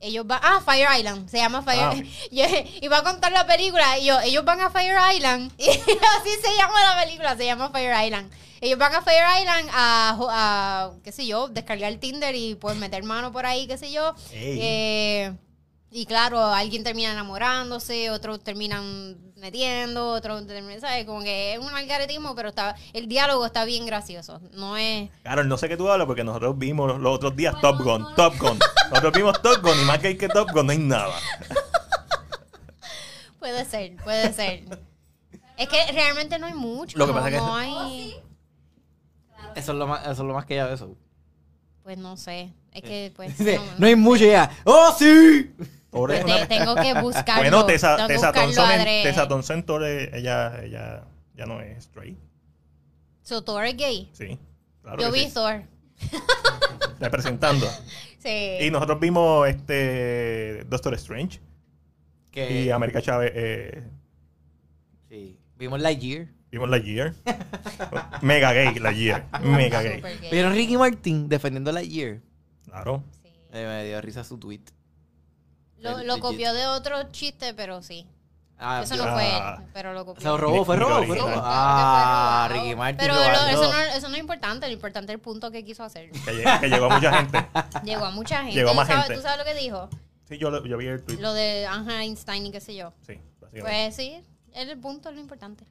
Ellos van. Ah, Fire Island. Se llama Fire
Ah,
Yo iba a contar la película. Y yo, ellos van a Fire Island. Y así se llama la película. Se llama Fire Island. Ellos van a Fire Island a, jo- a, qué sé yo, descargar Tinder y pues meter mano por ahí, qué sé yo.
Ey.
Eh, Y claro, alguien termina enamorándose, otros terminan metiendo, otros terminan, ¿sabes? Como que es un algaretismo, pero está, el diálogo está bien gracioso. No es.
Claro, no sé qué tú hablas porque nosotros vimos los otros días Top Gun, Top Gun. Nosotros vimos Top Gun y más que hay que Top Gun no hay nada.
Puede ser, puede ser. es que realmente no hay mucho.
Lo que pasa
no,
que-
no hay.
Eso es lo más, eso es lo más que ella ve eso.
Pues no sé.
Eh,
Es que, pues.
Dice,
no- pues,
no hay mucho ya. ¡Oh, sí!
Torres
Te-
es una-
tengo que buscarlo.
Bueno, Tessa,
tengo que
Tessa
buscarlo
Thompson, en-
adrede.
Tessa Thompson Torres, ella, ella ya no es straight.
So, Thor es gay.
Sí. Claro
Yo
que
vi
sí.
Thor.
Representando.
Sí.
Y nosotros vimos este Doctor Strange
Que,
y América Chávez. eh,
sí. Vimos Lightyear.
vimos la Year. Mega gay, la Year. Mega gay.
Super gay.
Vieron Ricky Martin defendiendo Lightyear.
Claro.
Sí.
Eh, me dio risa su tweet.
Lo,
El
lo
legit.
copió de otro chiste, pero sí.
Ah,
Eso
Dios.
no
Ah.
fue él, pero lo copió.
Se lo robó, fue
Ni- ni
robo,
lo
fue
Sí,
original.
robo.
claro que
Ah,
fue robado.
Ricky Martin.
Pero
lo
lo-
agarró.
eso, no, eso no es importante. Lo importante es el punto que quiso hacer.
Que, lle- que llegó a mucha gente.
Llegó a mucha gente.
Llegó a
¿Tú
más
sabes-
gente.
¿Tú sabes lo que dijo?
Sí, yo, lo- yo vi el tweet.
Lo de Anja Einstein y qué sé yo.
Sí, básicamente.
Pues sí, el punto es lo importante.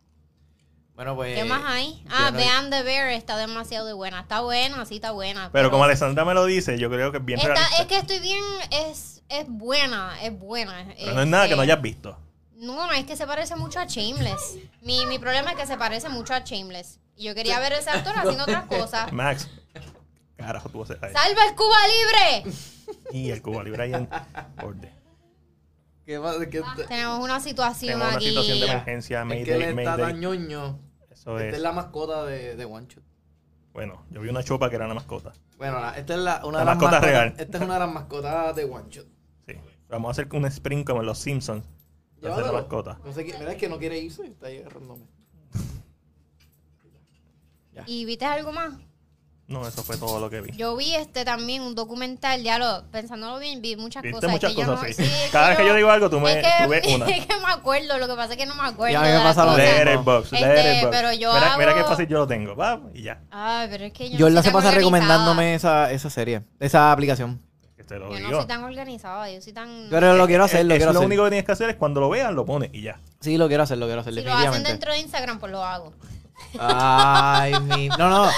Bueno, pues.
¿Qué más hay?
yo
Ah,
no-
vean The Bear, está demasiado de buena. Está buena, sí está buena.
Pero como Alessandra me lo dice, yo creo que es bien
Está-
realista.
es que estoy bien, es, es buena, es buena.
Pero no es nada que no
Este,
hayas visto.
No, es que se parece mucho a Shameless. Mi, mi problema es que se parece mucho a Shameless. Y Yo quería ver a ese actor haciendo otras cosas.
Max. Carajo, tú vas a hacer ahí.
¡Salva el Cuba Libre!
Y el Cuba Libre ahí en orden.
¿Qué más? ¿Qué-
Ah. Tenemos una situación
Tengo una
aquí.
situación de emergencia,
Es que él
Mayday, Pues.
está
Mayday.
tan ñoño.
Eso
Esta
es.
es la mascota de, de One Shot.
Bueno, yo vi una chopa que era una mascota.
Bueno, la- esta es la, una
La
de las
mascota
mascotas-
real.
Esta es una de las mascotas de One Shot.
Sí. Vamos a hacer un sprint como en los Simpsons. De hacer la
Llévatelo.
mascota.
No sé qué, mira, es que no quiere irse. Está ahí agarrándome.
¿Y viste algo más?
No, eso fue todo lo que vi.
Yo vi este también, un documental, ya lo, pensándolo bien, vi muchas
Viste
cosas.
muchas
que yo
cosas,
no-
sí. Cada vez que yo digo algo, tú me-
es que- Este,
tú ves una.
Es que me acuerdo, lo que pasa es que no me acuerdo.
Ya, a mí me
de las
pasa lo
cosas.
mismo.
Letterboxd,
Este,
Letterboxd.
pero yo
mira, mira
hago-
qué fácil yo lo tengo. Vamos, y ya.
Ay, pero es que yo,
Yo
no
la
soy
se
tan
pasa
organizada.
recomendándome esa, esa serie, esa aplicación.
Que Te lo
Yo
digo.
no soy tan organizada, yo soy tan...
Pero lo quiero hacer, lo
es,
quiero
es
hacer.
lo único que tienes que hacer es cuando lo vean, lo pones y ya.
Sí, lo quiero hacer, lo quiero hacer,
si lo hacen
definitivamente.
dentro de Instagram, pues lo hago.
Ay, mi. No, no.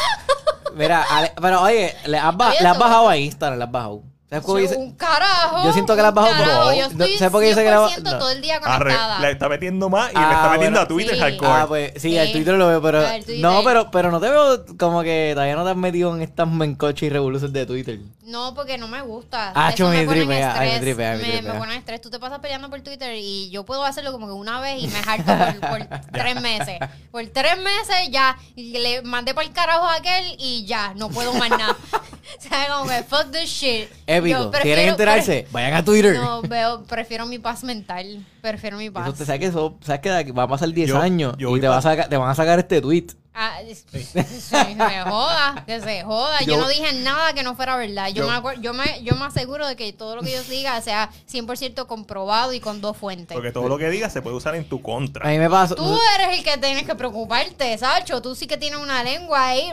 Mira, Ale- pero oye, le has, ba-
Oye,
le has
eso-
bajado a Instagram, le has bajado. ¿Sabes cómo
Yo-
dice?
un carajo.
Yo siento que la has
un
bajado,
carajo,
pero-
Yo
no,
estoy
¿sabes por qué dice que la-
100%
no.
todo el día
Arre,
conectada.
le está metiendo más y le
Ah,
está metiendo
bueno.
a Twitter
Sí.
Ah,
hardcore.
pues sí, el
Sí.
Twitter lo veo, pero.
Ah, el Twitter.
No, pero, pero no te veo como que todavía no te has metido en estas mencoches y revoluciones de Twitter.
No, porque no me gusta.
Ah,
Eso
chum,
me
me
pone en
tripea, ay, me
estrés.
tripea, me
me, me
tripea.
pone en estrés. Tú te pasas peleando por Twitter y yo puedo hacerlo como que una vez y me harto por, por tres meses. Por tres meses ya le mandé para el carajo a aquel y ya, no puedo más nada. o sea, como que fuck this shit.
Épico.
Yo
Si quieren
prefiero-
enterarse, vayan a Twitter.
No, veo, prefiero mi paz mental. Prefiero mi
Eso
paz.
te sabes que eso, sabes que de aquí va a pasar 10
Yo-
años
yo
y
voy
te,
pa-
va a saca- te van a sacar este tweet.
Ah, es- sí, que me joda, que se joda. Yo,
Yo-
no dije nada que no fuera verdad. Yo,
Yo-
me acuer- yo me yo me aseguro de que todo lo que yo diga sea 100% comprobado y con dos fuentes.
Porque todo lo que digas se puede usar en tu
A
contra.
mí me pasó.
Tú eres el que tienes que preocuparte, Sacho. Tú sí que tienes una lengua ahí.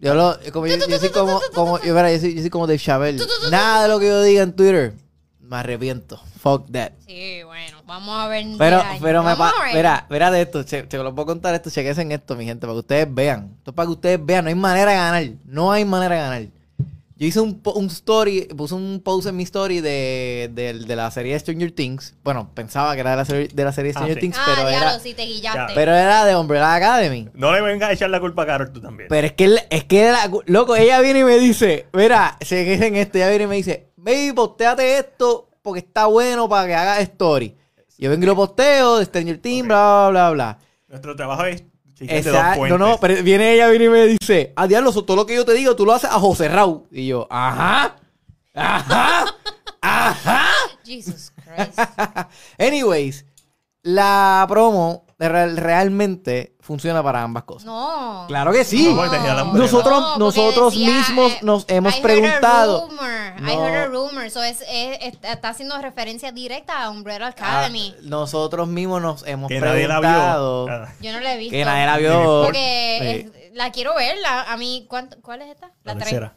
Yo lo, como yo, yo soy como, como yo, verá, yo soy, yo soy como Dave Chappelle. Nada de lo que yo diga en Twitter, me arrepiento. Fuck that.
Sí, bueno, vamos a ver. en
Pero,
10 años.
pero me
Vamos
pasa.
a ver.
Mira, mira de esto, che- te lo puedo contar esto, chequense en esto, mi gente, para que ustedes vean. Esto es para que ustedes vean, no hay manera de ganar. No hay manera de ganar. Yo hice un, po- un story, puse un post en mi story de, del- de la serie Stranger Things. Bueno, pensaba que era de la, serie- de la serie
Ah,
Stranger
sí.
Things,
Ah,
pero,
diablo,
era,
sí te guillaste.
Ya,
pero era de Umbrella Academy.
No le vengas a echar la culpa a Carol tú también.
Pero es que, él- es que, la- loco, ella viene y me dice, mira, se queda en esto, ella viene y me dice, baby, posteate esto porque está bueno para que hagas story. Yo vengo y lo posteo de Stranger Things,
Ok.
bla, bla, bla, bla.
Nuestro trabajo es chequear de dos
Exacto. No,
fuentes.
no, pero viene ella, viene y me dice, a diablo, eso, todo lo que yo te digo, tú lo haces a José Raúl. Y yo, ajá, ajá, ajá.
Jesus Christ.
Anyways, la promo de real- realmente funciona para ambas cosas.
No.
Claro que sí.
No, tenía la mujer.
Nosotros,
No, porque
nosotros
decía,
mismos
eh,
nos hemos
I
preguntado.
Heard a rumor, I
No.
heard a rumor. So es, es- es- está haciendo referencia directa a Umbrella Academy.
Ah, nosotros mismos nos hemos
que nadie la
preguntado.
vio. Ah,
Yo no la he visto.
que nadie la
Ni
vio.
por-
Porque
Sí.
es- la quiero ver. La, a mí, ¿cuánto- ¿cuál es esta?
La
tres.
tercera.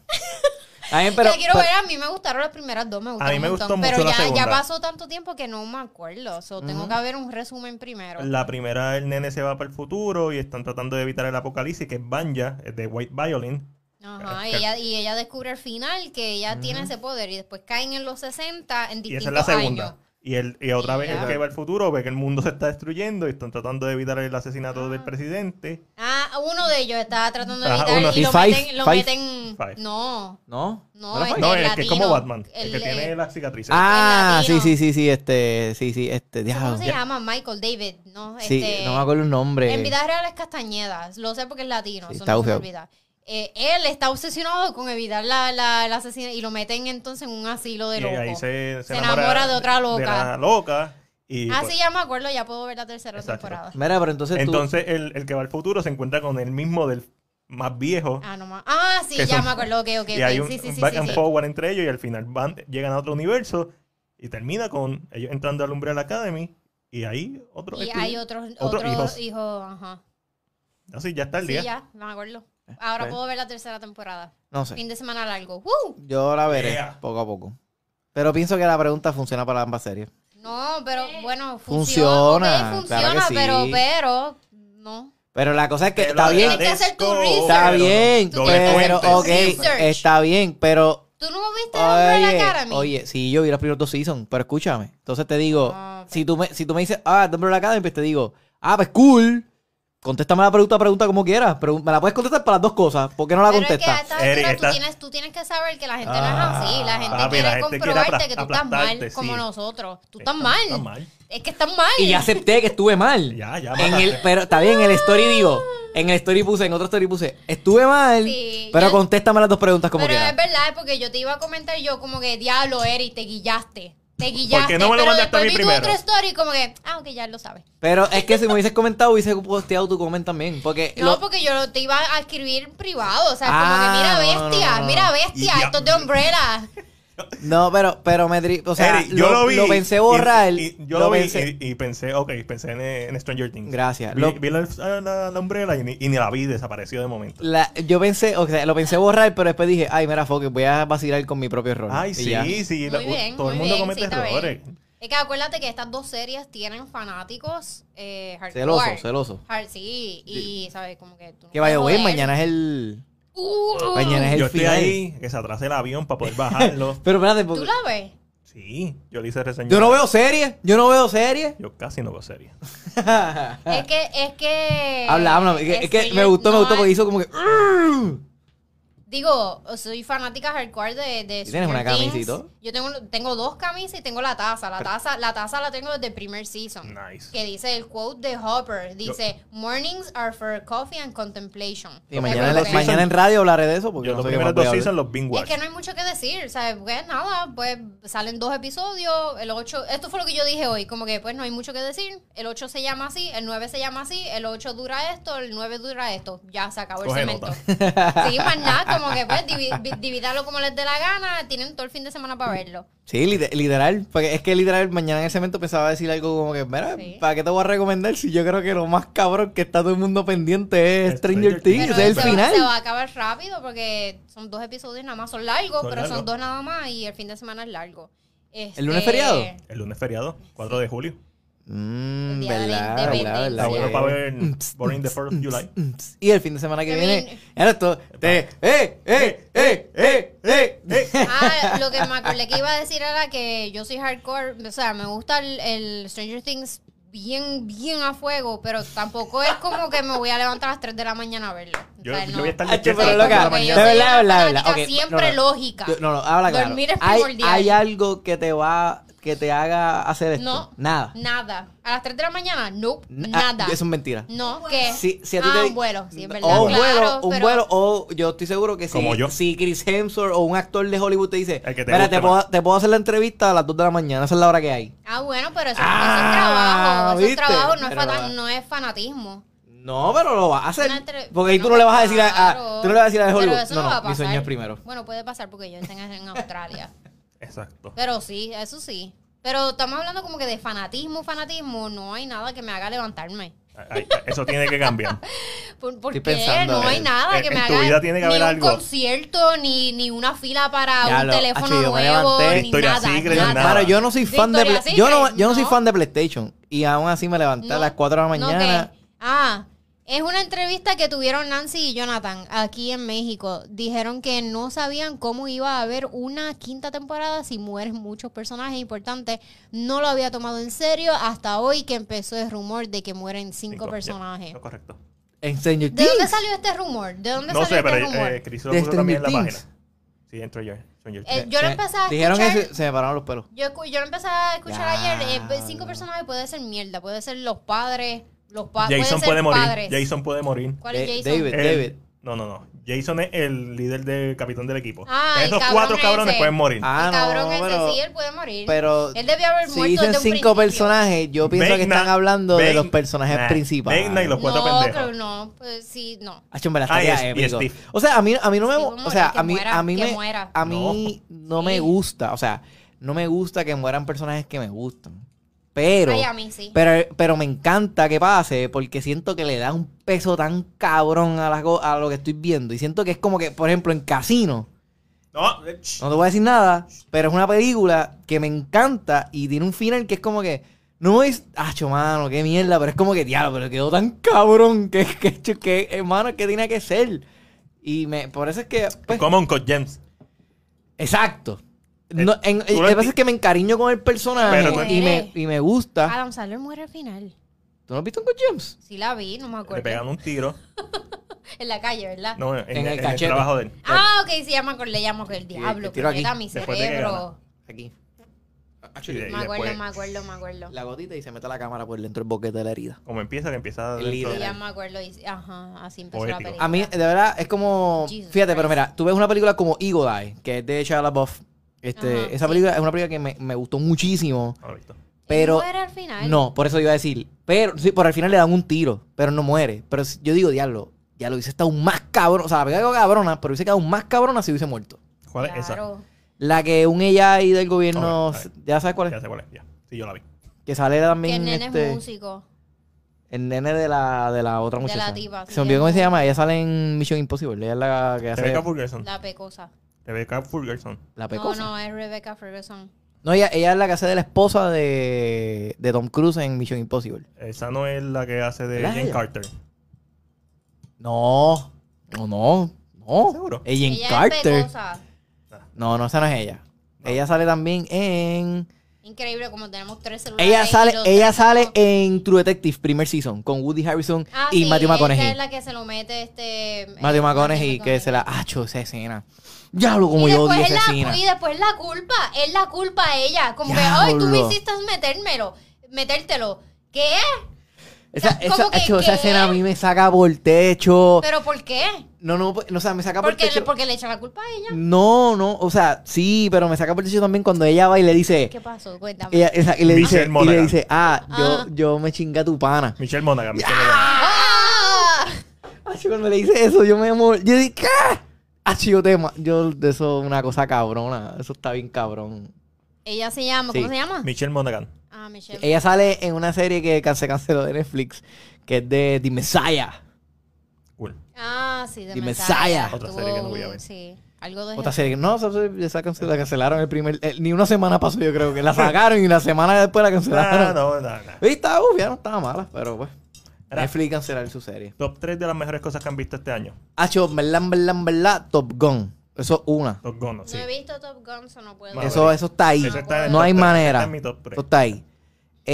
Está bien, pero-
La quiero
pero-
ver, a mí me gustaron las primeras dos, me gustaron
mí me
un montón,
gustó mucho
Pero
la
ya,
segunda.
ya pasó tanto tiempo que no me acuerdo. So, tengo que ver un resumen primero.
La primera, el nene se va para el futuro y están tratando de evitar el apocalipsis, que es Banja, es de White Violin.
Ajá, y ella, y ella descubre al final que ella tiene ese poder y después caen en los 60 en
Y
distintos
esa es la segunda.
años.
Y, el, y otra vez el
Ya.
que va al futuro ve que el mundo se está destruyendo y están tratando de evitar el asesinato del presidente.
Ah, uno de ellos estaba tratando de
Ajá,
evitar
uno.
y
Y
lo
Five,
meten, lo
Five,
meten-
Five.
no,
¿No?
no,
era
este,
Fight?
No, el, que es como
latino,
Batman, el,
el-
que tiene
el-
las cicatrices.
Ah, sí, sí,
latino.
sí, sí, este, sí, sí, este,
¿Cómo
diablo.
se llama? Michael David, no,
Sí,
este,
no me acuerdo el nombre.
en vida real es Castañeda, lo sé porque es latino,
Sí,
eso
está
no se me
bufeado.
olvida. Eh, él está obsesionado con evitar la, la, la asesina y lo meten entonces en un asilo de
Y
locos.
ahí se,
Se enamora de otra
De
loca.
la loca. Y
ah,
pues,
sí, ya me acuerdo, ya puedo ver la tercera
Exacto.
temporada.
Mira, pero entonces,
entonces el, el que va al futuro se encuentra con el mismo del más viejo.
Ah, no más. Ah, sí,
Que
ya
son-
me acuerdo, ok, ok,
y
ok.
hay un,
sí, sí,
un
sí,
back
sí,
and
sí.
forward entre ellos y al final van, llegan a otro universo y termina con ellos entrando al Umbrella Academy y ahí otro
Y
estudio.
hay otros
Otros
otros
hijos.
hijos, ajá.
Así ya está el
Sí,
día.
ya, me acuerdo. Ahora
Ok.
puedo ver la tercera temporada.
tú, no sé,
Fin de semana largo. ¡Woo!
yo la veré
Yeah.
poco a poco. Pero pienso que la pregunta funciona para ambas series.
No, pero bueno,
Funciona,
funciona. ok,
claro
funciona,
que
pero,
sí.
pero, no.
Pero la cosa es que
Te lo
está bien,
Tienes que hacer tu
agradezco.
research.
está bien,
Doble
pero,
fuentes.
ok,
Research.
está bien, pero
¿Tú no viste el Umbrella
Oye,
Academy?
oye, sí, yo vi las primeras dos seasons, pero escúchame. Entonces te digo,
Ah, ok.
si, tú me, si tú me dices, ah, The Umbrella Academy, pues te digo, ah, pues cool. Contéstame la pregunta, pregunta como quieras. Pero me la puedes contestar para las dos cosas. ¿Por qué no la
Pero es que a
contestas?
esta
Eric,
altura tú,
está-
tienes, tú tienes que saber que la gente
Ah,
no es así. La gente
papi,
quiere
la gente quiere
comprobarte
apla-
que tú estás mal,
aplastarte,
como
sí.
nosotros. Tú estás
Está-
mal.
está mal.
Es que estás mal.
Y ya acepté que estuve mal.
Ya, ya,
En
mátate.
el, pero está bien, en el story digo, en el story puse, en otro story puse, estuve mal,
Sí,
pero
yo-
contéstame las dos preguntas como
pero
quieras.
es verdad, es porque yo te iba a comentar yo como que, diablo, Eric, te guillaste. Te guillaste.
¿Por qué no me lo
pero
mandaste a
después
mí
vi tu
primero?
otra story como que, ah, ok, ya lo sabes.
Pero es que si me hubieses comentado, hubiese posteado tu comment también. Porque
No,
lo-
porque yo te iba a escribir privado. O sea,
Ah,
como que, mira,
no,
bestia,
no, no.
mira, bestia,
Y-
esto es de umbrella.
No, pero, pero me dri- o sea,
Eric, yo lo, vi.
pensé
y-
borrar.
y- yo lo,
lo
vi
pensé-
Y, y pensé, ok, pensé en, en Stranger Things.
Gracias.
Vi,
Lo-
vi la, la, la umbrella y ni, y ni la vi, desapareció de momento.
la- yo pensé, o sea, lo
Ah.
pensé borrar, pero después dije, ay, mira, Foque, voy a vacilar con mi propio error.
Ay,
Y
sí,
ya.
sí. la-
Muy bien,
todo el
muy
mundo
bien,
comete
sí, está
errores.
bien. Es que acuérdate que estas dos series tienen fanáticos eh, hardcore.
Celoso, celoso.
Hard- sí, y sabes, como que tú no
Que vaya,
puedes
güey,
joder.
mañana es el.
Uh,
Mañana es el
Yo estoy
final.
ahí, que se atrasa el avión para poder bajarlo.
Pero espérate,
¿Tú
porque-
la ves?
sí, yo le hice reseña.
yo no veo series, yo no veo series.
Yo casi no veo series.
Es que, es que...
Habla, habla, es que, es que me
Stranger-
gustó, me
no,
gustó, porque
es-
hizo como que. "Ah".
Digo, soy fanática hardcore de, de
¿Y tienes una
Stranger
camisa y
Things.
todo?
Yo tengo, tengo dos camisas y tengo la taza. La taza, la taza la tengo desde el primer season.
Nice.
Que dice el quote de Hopper. Dice, mornings are for coffee and contemplation.
Y mañana,
Como
en-
que-
mañana en radio hablaré de eso, porque
Yo
no
los
sé qué más
primeros
voy a
dos
hablar.
seasons los binge
Es
watch.
que no hay mucho que decir, ¿sabes? Pues nada, pues salen dos episodios, el 8, esto fue lo que yo dije hoy, como que pues no hay mucho que decir, el 8 se llama así, el 9 se llama así, el 8 dura esto, el 9 dura esto, ya se acabó
Coge
el cemento. Sí, más nada, como que pues divi- vi- divídalo como les dé la gana, tienen todo el fin de semana para verlo.
Sí, lite- literal. Porque es que literal, mañana en el cemento pensaba decir algo como que, mira,
Sí.
¿para qué te voy a recomendar si yo creo que lo más cabrón que está todo el mundo pendiente es Stranger
Stranger Things.
Things?
Pero
ese es el
se va-
final.
se va a acabar rápido porque son dos episodios nada más, son largos,
Son
pero son
largos.
dos nada más y el fin de semana es largo. Este,
¿El lunes feriado?
El lunes feriado, 4 de julio.
Mm,
El día de la
Ah, verdad,
independencia.
verdad,
Está
verdad.
bueno
Sí.
para ver Boring the 4 of July.
Ups, Y el fin de semana que
Que
viene,
viene-
era esto. Te, eh, eh, eh, eh, eh, eh.
Ah, lo que me acordé que iba a decir era que yo soy hardcore, o sea, me gusta el, el Stranger Things bien, bien a fuego, pero tampoco es como que me voy a levantar a las 3 de la mañana a verlo. O
Yo,
sea,
yo
no.
voy a estar
Hacho,
despierto
pero
a las
loca,
cuatro
de
Porque yo
verdad,
soy una
verdad,
fanática
verdad. Ok,
siempre
no, no.
lógica.
Yo- no, no, habla claro.
Dormir es
Hay,
primordial.
hay algo que te va, que te haga hacer esto.
No.
Nada.
Nada. A las 3 de la mañana, nope,
N- ah,
nada.
Eso es mentira.
No, que
Si, si a ti
ah,
te-
un vuelo, sí, es verdad.
O un
claro,
vuelo, un
pero-
vuelo, o yo estoy seguro que si,
Como yo.
si Chris Hemsworth o un actor de Hollywood te dice,
El que te
"Mira,
guste
te puedo, te puedo hacer la entrevista a las 2 de la mañana, esa es la hora que hay.
Ah, bueno, pero eso,
Ah,
eso es
¿viste?
trabajo. Eso es trabajo, no es,
Pero
fata-
no.
no es fanatismo.
No, pero lo vas a hacer.
Una entre-
Porque ahí tú
Bueno,
no le vas a decir a, a-
claro.
tú no le vas a decir a
Pero
Hollywood.
eso
no,
va
no,
a
mi sueño
pasar.
es primero.
Bueno, puede pasar porque yo enseñé en Australia.
Exacto.
Pero sí, eso sí. Pero estamos hablando como que de fanatismo, fanatismo. No hay nada que me haga levantarme.
Ay, ay, Eso tiene que cambiar.
¿Por, por qué?
Estoy pensando,
no hay
eh,
nada
eh,
que me
en
haga.
tu vida tiene que
ni
haber
un
algo.
concierto, ni, ni una fila para
Ya
un
lo-
teléfono
Hacho, yo me
nuevo,
levanté.
ni
Victoria's
nada.
Secret,
nada.
nada.
Mano, yo no soy fan de
Victoria's
Play- yo no,
Secret,
yo no soy
no.
fan de PlayStation. Y aún así me levanté a las 4 de la
No,
mañana.
ok. Ah, es una entrevista que tuvieron Nancy y Jonathan aquí en México. Dijeron que no sabían cómo iba a haber una quinta temporada si mueren muchos personajes importantes. No lo había tomado en serio hasta hoy que empezó el rumor de que mueren cinco,
Cinco, ya,
personajes.
eso es correcto.
En Stranger
¿De dónde
Things.
salió este rumor? ¿De dónde
No
salió
sé,
este
pero
rumor?
eh, Cris lo
De
puso también en la
Stranger
página.
Things.
Sí, en Stranger, Stranger
Eh,
Things.
yo lo empecé a
Dijeron
escuchar-
eso y se me pararon los pelos.
Yo, escu- yo lo empecé a escuchar
Ya,
ayer. eh, pues, cinco
no.
personajes puede ser mierda, puede ser los padres, los pa-
Jason
ser
puede morir.
padres.
Jason puede morir.
¿Cuál es
Da-
Jason?
David.
El- No, no, no. Jason es el líder del capitán del equipo.
Ah, el
Esos
cabrón
cuatro cabrones
ese.
pueden morir.
Ah,
el cabrón
no,
ese
pero,
sí, él puede morir.
pero
él debió haber
si
muerto
dicen
desde un
cinco
principio.
personajes, yo pienso que
Vecna-
están hablando de
Vec-
los personajes
Nah,
principales.
Vecna y los cuatro
no,
pendejos.
pero no, pues sí, no.
Hacho, en verdad,
Ah, y
estaría
es- y
épico.
Steve.
O sea, a mí, a mí no me,
Sí,
o
vamos a
sea,
morir, que
a mí,
muera,
a mí
que
me,
muera.
a mí no, me
Sí.
gusta, o sea, no me gusta que mueran personajes que me gustan. Pero,
Ay, a mí sí.
pero, pero me encanta que pase porque siento que le da un peso tan cabrón a, las go- a lo que estoy viendo y siento que es como que, por ejemplo, en Casino.
No, eh, ch-
No te voy a decir nada, pero es una película que me encanta y tiene un final que es como que. No es. Acho, mano, qué mierda, pero es como que diablo, pero quedó tan cabrón que, que, que, hermano, que tenía que ser. Y me, por eso es que. pues,
Come on, Coach James.
exacto. No, en-
Eh, tú lo
lo que
enti-
pasa es que me encariño con el personaje
Pero tú
y, me,
entiendes.
y me gusta.
Adam Sandler muere al final.
¿Tú no has visto en Good James?
Sí la vi, no me
Le pegan
acuerdo.
un tiro.
En la calle, ¿verdad?
No, en,
En
en
el
el,
cachete.
trabajo de él.
Ah, ok, sí, ya me acordé, ya me acordé. El
el
diablo,
tiro aquí,
puñeta, mi
después de que
cerebro.
Aquí.
Y de- y
Me acuerdo,
después,
me acuerdo, me acuerdo.
La gotita y se mete la cámara por dentro del boquete de la herida.
Como empieza, que empieza.
El
dentro
líder.
de-
Sí, ya me acuerdo. y- ajá, así empezó la
Poético.
película.
A mí, de verdad, es como.
Jesus
fíjate, pero
Christ.
mira, tú ves una película como Eagle Eye, que es de Shia LaBeouf. Este,
Ajá.
esa película es una película que me, me gustó muchísimo,
No lo he visto.
pero.
¿Él muere al final?
No, por eso iba a decir. Pero, sí, por al final le dan un tiro, pero no muere. Pero si- yo digo, diablo, ya lo hubiese estado más cabrón. O sea, la película quedó cabrona, pero hubiese quedado más cabrona si hubiese muerto.
¿Cuál es esa?
Claro.
La que un AI del gobierno.
Ok, ok.
¿Ya sabes cuál
Ya
es?
sé cuál es. Ya. Sí, yo la vi.
Que sale
Que
también.
el nene
este,
es músico.
el nene de la, de la otra
De la
muchacha.
tipa, sí,
Se me olvidó cómo
es-
se llama. Ella sale en Mission Impossible. Ella es la que hace.
Rebecca Ferguson.
La pecosa.
Rebecca Ferguson.
La
No,
pecosa.
no, es Rebecca Ferguson.
No, ella, ella es la que hace de la esposa de, de Tom Cruise en Mission Impossible.
Esa no es la que hace de
¿Verdad,
Jane
ella?
Carter.
No, no, no, no.
¿Seguro?
Ella en
Ella es
Carter.
pecosa.
Ah.
No, no, esa no es ella.
No.
Ella sale también en.
Increíble como tenemos tres celulares.
Ella
y
sale,
Ah, los
ella
tres
sale
somos-
en True Detective, primer season, con Woody Harrison
Ah,
y
sí,
Matthew
Esa
McConaughey.
es la que se lo mete este.
Matthew McConaughey, que se la. ¡Acho! Esa escena. Diablo, como
y
yo
después
odio
es
esa
la,
escena.
Y después es la culpa. Es la culpa a ella. Como que, ay, tú me
Diablo.
hiciste metérmelo. Metértelo. ¿Qué?
Esa,
¿Cómo
esa-
que
acho, esa
qué?
escena a mí me saca por el techo.
¿Pero por qué?
No, no, no, o sea, me saca por el
Porque,
techo.
porque le echa la culpa a ella.
No, no, o sea, sí, pero me saca por el techo también cuando ella va y le dice.
¿Qué pasó? Cuéntame.
Ella- esa- y le dice,
Michelle
y le
Monaghan.
dice, ah,
Ah.
yo, yo me chinga tu pana.
Michelle Monaghan. Michelle Monaghan.
¡Ah!
Ay, yo cuando le dice eso, yo me mor- Yo dije, ¿qué? Ah, yo te ma- Yo, de eso es una cosa cabrona. Eso está bien cabrón.
Ella se llama, ¿cómo
Sí.
se llama?
Michelle Monaghan.
Ah, Michelle.
Ella sale en una serie que can- se canceló de Netflix, que es de The Messiah.
Cool.
Ah, sí, de
The
Messiah.
Messiah.
Otra
Tuvo
serie que no voy a
un-
ver.
Sí, algo de
Otra
Jesús.
serie que no, se, se- se cancel- la cancelaron el primer. eh, ni una semana pasó, yo creo que la sacaron y la semana después la
No,
cancelaron.
Ah, no, no, no.
Y estaba uf, ya no estaba mala, pero pues.
Era-
Netflix cancelar su serie.
Top 3 de las mejores cosas que han visto este año.
Hacho, verdad, verdad, verdad, Top Gun. Eso es una.
Top Gun, sí.
No he visto Top Gun, so no puedo.
Madre.
Eso, eso está ahí.
Eso está en el
no
top
hay
tres.
manera.
Está en mi top tres.
Eso está ahí.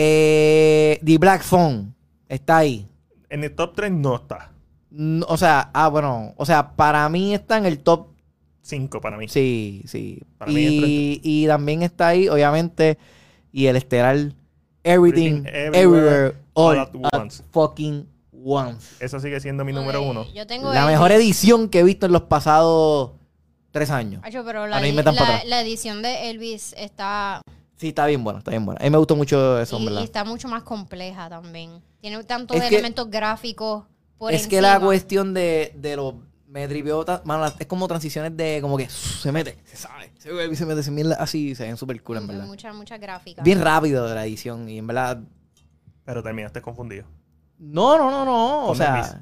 Eh, The Black Phone está ahí.
En el top 3 no está.
Mm, O sea, ah, bueno. O sea, para mí está en el top.
5 para mí.
Sí, sí.
Para mí entra
Y, y también está ahí, obviamente. Y el esteral. Everything,
Everything,
everywhere,
Everywhere,
all
All at
at
Once.
fucking once.
Esa sigue siendo mi
Ok,
número 1.
Yo tengo
La
el-
mejor edición que he visto en los pasados tres años.
Acho, pero
Para
la,
no irme
edi-
tan para
la-
atrás.
la edición de Elvis está
Sí, está bien buena, está bien buena. A mí me gustó mucho eso, en
y- y,
verdad.
está mucho más compleja también. Tiene tantos
Es que-
elementos gráficos por
es que
encima.
la cuestión de, de los me tripeó tan- mano, las- es como transiciones de como que "Sus", se mete se sabe se vuelve y se mete se mierda así se ven súper cool en verdad
Mucha, mucha gráfica.
bien rápido de la edición y en verdad
Pero terminaste confundido.
No, no, no, no. O
Con
sea.
lápiz.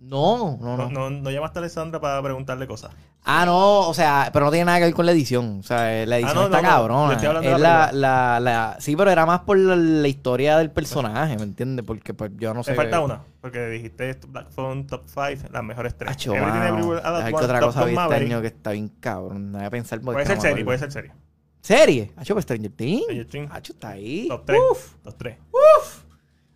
No, no,
No,
no.
no, no llamaste a Alessandra para preguntarle cosas.
Ah, no, o sea, pero no tiene nada que ver con la edición. O sea, eh, la edición
Ah, no,
está
no, no.
cabrona.
Yo estoy hablando de
Es
la
la, la, la- Sí, pero era más por la, la historia del personaje, ¿me entiendes? Porque pues, yo no sé.
Te falta una, porque dijiste esto, Black Phone Top 5, las mejores tres.
Acho,
Everything
mano.
Everywhere All at
Ay, que
Once,
otra
Top
cosa
Gun
vi este
Maverick.
año que está bien cabrón. No voy a pensar porque
Puede
es que
ser
no me
serie, puede
acuerdo.
ser serie.
¿Serie? Hacho, pues Stranger
Stranger
Things.
Things.
Hacho, está ahí.
Top 3.
Uf.
Top 3.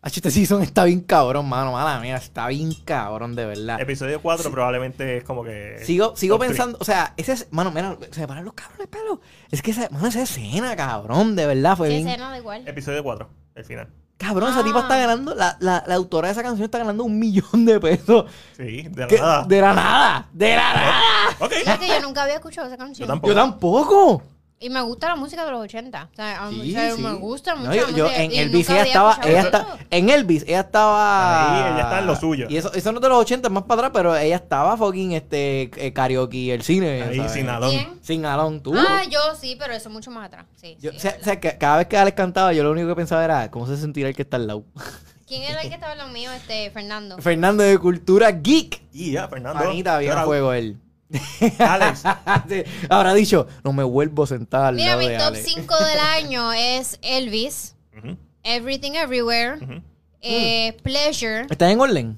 Hacho, este season está bien cabrón, mano. Mala mía, está bien cabrón, de verdad.
Episodio 4 probablemente es como que.
Sigo, sigo
top three.
pensando, o sea, ese es- mano, mira, se me paran los cabrones pelo. Es que esa, mano, esa escena, cabrón, de verdad, fue
¿Qué
bien.
escena de igual?
Episodio 4, el final.
Cabrón,
Ah.
esa tipa está ganando, la, la, la autora de esa canción está ganando un millón de pesos.
Sí, de la
Que-
nada.
De la nada, de la nada.
Ok.
Fíjate, yo nunca había escuchado esa
Yo
canción.
Ah, tampoco.
Yo tampoco.
Y me gusta la música de los 80. O sea, a mí-
Sí,
o sea,
sí.
me gusta mucho.
No, yo,
la
yo
música
en
y
Elvis
nunca
ella
había
estaba,
escuchado
ella
eso.
está, en Elvis ella estaba
Ahí, ella está en lo suyo.
Y eso, eso no es de los 80 es más para atrás, pero ella estaba fucking este eh, karaoke el cine,
Ahí,
¿sabes?
sin
¿Quién?
alón.
Sin alón, tú.
Ah, yo sí, pero eso mucho más atrás. Sí,
Yo-
sí,
o sea,
es
o sea, que cada vez que Alex cantaba, yo lo único que pensaba era cómo se sentirá el que está al lado.
verdad. ¿Quién era el que estaba en lo mío? Este, Fernando.
Fernando de Cultura Geek.
Y ya, Fernando.
Panita, bien
Shout
a
out.
fuego él.
Alex.
Sí, Habrá dicho, no me vuelvo a sentar al
Mira,
lado
mi
de
top
Alex.
5 del año es Elvis,
Ujú,
Everything Everywhere,
ujú.
eh,
Mm.
Pleasure.
¿Estás en orden?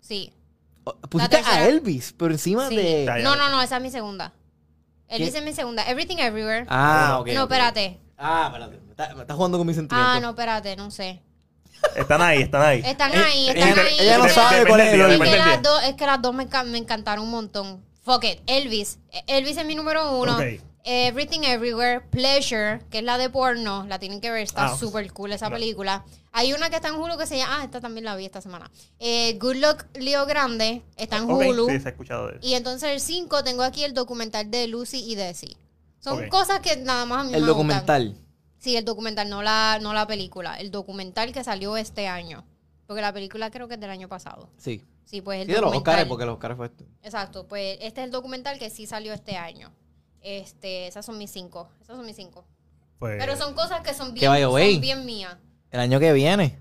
Sí.
O- Pusiste a
tercera.
Elvis, pero encima
sí.
de...
Ya, ya,
No,
ya.
no, no, esa es mi segunda. Elvis
¿Qué?
es mi segunda. Everything Everywhere.
Ah, ok.
no,
ok.
espérate.
Ah, espérate. Me está- me estás jugando con mis sentimientos.
Ah, no, espérate, no sé.
Están ahí, están ahí.
Están
Eh,
ahí,
eh,
están
ella-
ahí.
ella no
pero-
sabe
Depende
cuál es
del
el
día,
orden.
Es
depende
que,
del
las
día.
dos, es que las dos me, enca- me encantaron un montón. Fuck it. Elvis. Eh, Elvis es mi número uno.
Ok.
Everything Everywhere. Pleasure, que es la de porno. La tienen que ver. Está
Ah,
súper cool esa
no.
película. Hay una que está en Hulu que se llama. Ah, esta también la vi esta semana. Eh, Good Luck Leo Grande. Está en
Ok,
Hulu.
Sí, se ha escuchado de él.
Y entonces el 5 tengo aquí el documental de Lucy y Desi. Son
Ok.
cosas que nada más a mí me
El
gustan.
documental.
Sí, el documental, no la, no la película. El documental que salió este año. Porque la película creo que es del año pasado.
Sí.
Sí, pues el
Sí, de los
documental.
Oscars, porque los Oscars fue esto.
Exacto, pues este es el documental que sí salió este año. Este, esas son mis cinco. Esas son mis cinco.
Pues,
Pero son cosas que son
Que
bien,
by the way,
son bien mías.
El año que viene.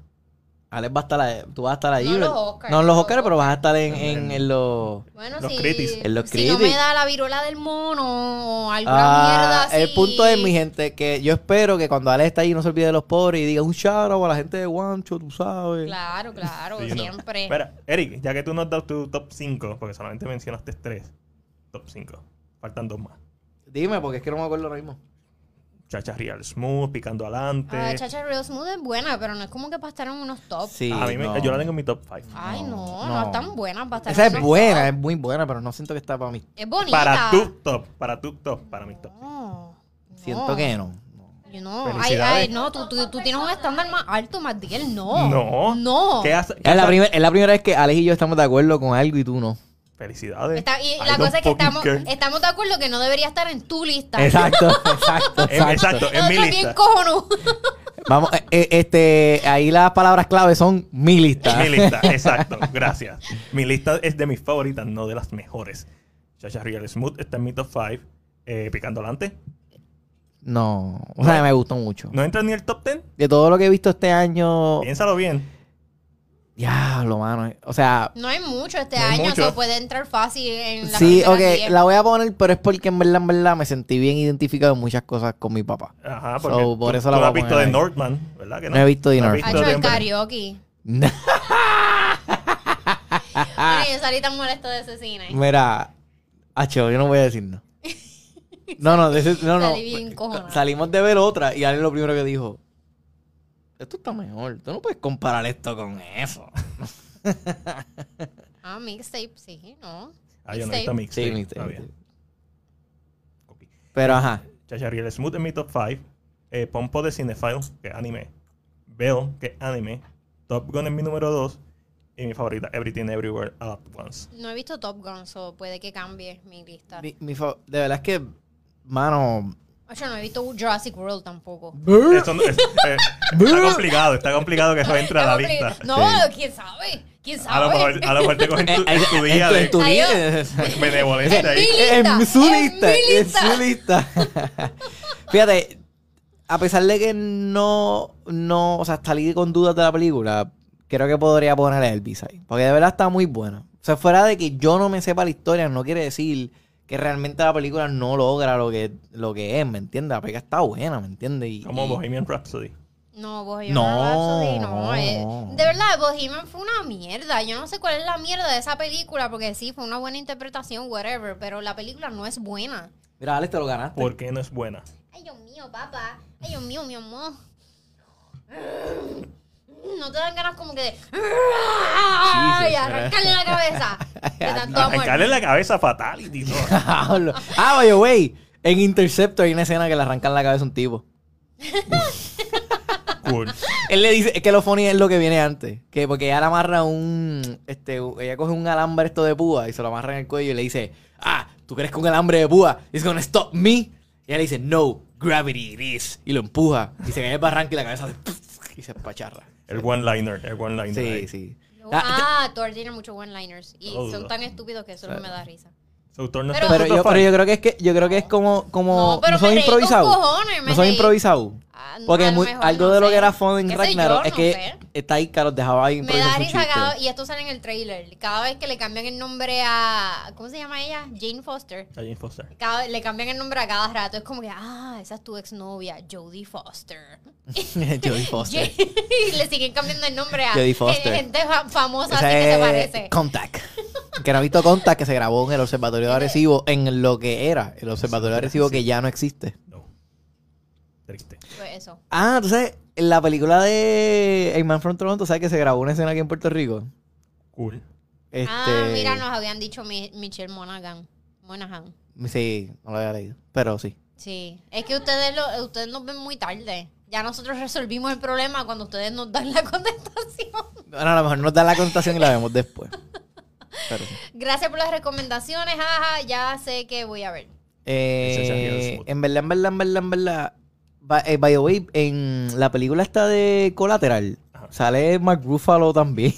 Alex va a estar ahí- tú vas a estar allí.
No en los
¿verdad?
Oscars,
No en los
no.
Oscars, pero vas a estar en, en, en los...
Bueno,
Los
si,
critis.
si
En los
no me
critis.
da la viruela del mono o alguna
Ah,
mierda así.
El punto es, mi gente, que yo espero que cuando Alex está allí no se olvide de los pobres y diga un shout out a la gente de Guancho, tú sabes.
Claro, claro,
sí, no.
siempre.
Mira, Eric, ya que tú no has dado tu top 5, porque solamente mencionaste 3, top 5. Faltan dos más.
Dime, porque es que no me acuerdo ahora mismo.
Chacha Real Smooth, Picando Adelante.
Ah, Chacha Real Smooth es buena, pero no es como que para estar en unos top.
Sí,
a mí me-
no.
Yo la tengo en mi top 5.
Ay, no, no,
no.
es tan buena para estar
Esa
en
es
unos
buena,
top.
es muy buena, pero no siento que está para mí.
Es bonita.
Para tu top, para tu top, para mi top.
No,
Siento
no.
que no. no.
Yo no, ay,
Felicidades.
ay, no, tú, tú, tú tienes un estándar más alto, más Matiel, no.
No.
No.
¿Qué hace? qué
Es, la
hace-
primer- es la primera vez que Alex y yo estamos de acuerdo con algo y tú no.
Felicidades.
Está- y
I
la
don't
cosa es que
fucking
estamos,
care.
estamos de acuerdo que no debería estar en tu lista.
Exacto, exacto,
Eh, Exacto,
exacto.
en mi
Nosotros bien
lista.
cojonudos.
Vamos, eh, eh, este, ahí las palabras clave son mi lista.
Mi lista, exacto, gracias. Mi lista es de mis favoritas, no de las mejores. Chacha Real Smooth está en mi top 5. picando adelante.
No, o sea, me gustó mucho.
No entra ni el top 10.
De todo lo que he visto este año,
Piénsalo bien.
diablo, mano. O sea,
No hay mucho este
No hay
año,
mucho.
eso puede entrar fácil en la
sí,
primera
ok,
10.
la voy a poner, pero es porque en verdad, en verdad, me sentí bien identificado en muchas cosas con mi papá.
Ajá,
So,
porque
por
tú-
eso la voy
tú no
a
has visto
poner
de
ahí.
Northman, ¿verdad? Que
No he visto de
has
Northman.
Ha
visto
hecho el
Denver.
karaoke.
Ah.
Mira, yo salí tan molesta de ese cine.
Mira, Acho, yo no voy a decir no. No, no, de ese- no, no.
Salí bien cojonada.
Salimos de ver otra y Alex lo primero que dijo: Esto está mejor. Tú no puedes comparar esto con eso.
Ah, mixtape, sí, no.
Ah, yo no
Mixtape.
he visto
Sí,
Mixtape.
mi-
Está bien. Ok.
Pero ajá.
Chacha Real Smooth en mi top 5. Eh, Pompo de Cinefile, que es anime. Veo, que es anime. Top Gun es mi número 2. Y mi favorita, Everything Everywhere All At Once.
No he visto Top Gun, so puede que cambie mi lista.
Mi, mi fa- de verdad es que, mano.
Ocho, no he visto Jurassic World tampoco.
Eso no- es- eh, está complicado, está complicado que eso entre a la lista.
No,
Sí.
quién sabe, quién
A lo
sabe.
mejor, a lo mejor te cogen tu,
Eh,
tu día
en, tu-
de
en tu
Ay,
lista.
benevolencia ahí.
mil-
En su
En mi
lista. En
lista.
su lista. Fíjate, a pesar de que no, no, o sea, salí con dudas de la película, creo que podría ponerle el B-side. Porque de verdad está muy buena. O sea, fuera de que yo no me sepa la historia, no quiere decir que realmente la película no logra lo que, lo que es, ¿me entiendes? La película está buena, ¿me entiendes? Y-
Como
y-
Bohemian Rhapsody.
No, Bohemian
No,
Rhapsody, no.
no.
eh. de verdad, Bohemian fue una mierda. Yo no sé cuál es la mierda de esa película, porque sí, fue una buena interpretación, whatever, pero la película no es buena.
Mira, Alex, te lo ganaste.
¿Por qué no es buena?
Ay, Dios mío, papá. Ay, Dios mío, mi amor. No te dan ganas como que de... ¡Ay!
Jesus,
Arrancarle la cabeza. De tanto amor.
Arrancarle la cabeza a Fatality. ¿no?
Diablo. ah, by the way, en Interceptor hay una escena que le arrancan la cabeza a un tipo.
Cool.
Él le dice, es que lo funny es lo que viene antes. Que porque ella le amarra un. Este, ella coge un alambre esto de púa y se lo amarra en el cuello y le dice, ah, ¿tú crees que un alambre de púa is gonna stop me? Y ella le dice, no, gravity it is. Y lo empuja. Y se cae el barranco y la cabeza hace puf, y se espacharra.
El one-liner, el one-liner.
Sí,
ahí.
sí. Ah,
Ah, Thor tiene muchos one-liners. Y
Oh,
son
no.
tan estúpidos que solo me da risa.
So, Thor no
Pero-
está en
pero
tu
yo,
top
pero
five.
yo creo que es que yo creo que es como, como
No, pero
son
me reí con
improvisados.
cojones, me
no son
reí.
improvisados.
Ah, no,
Porque
a lo
muy-
mejor,
algo
no
de lo
sé.
que era fun en
Qué sé
Ragnarok
yo,
es
no
que
sé.
está ahí, Carlos, dejaba
Me da
improvisar su
risa
chiste.
cada- y esto sale en el trailer. Cada vez que le cambian el nombre a. ¿Cómo se llama ella? Jane Foster.
A Jane Foster.
Cada- le cambian el nombre a cada rato. Es como que, ah, esa es tu exnovia, Jodie Foster.
Jodie Foster.
Jane- y le siguen cambiando el nombre a
Jodie Foster.
gente fa- famosa así
Esa
que se
es
parece.
Contact. Que no ha visto Contact que se grabó en el Observatorio de Arecibo en lo que era el Observatorio de Arecibo que ya no existe.
No. Triste.
Pues eso.
Ah, entonces, en la película de A Man from Toronto, ¿sabes que se grabó una escena aquí en Puerto Rico?
Cool.
Este,
Ah, mira, nos habían dicho Mi- Michelle Monaghan. Monaghan.
Sí, no lo había leído, pero sí.
Sí. Es que ustedes, lo, ustedes nos ven muy tarde. Ya nosotros resolvimos el problema cuando ustedes nos dan la contestación.
Bueno, a lo mejor nos da la contación y la vemos después. Pero sí.
Gracias por las recomendaciones, ajá. Ya sé que voy a ver.
Eh,
Ese es el Hero Smooth.
en verdad, en verdad, en verdad, en verdad. By, eh, by the way, en la película esta de Colateral
Ajá.
sale Mark Ruffalo también.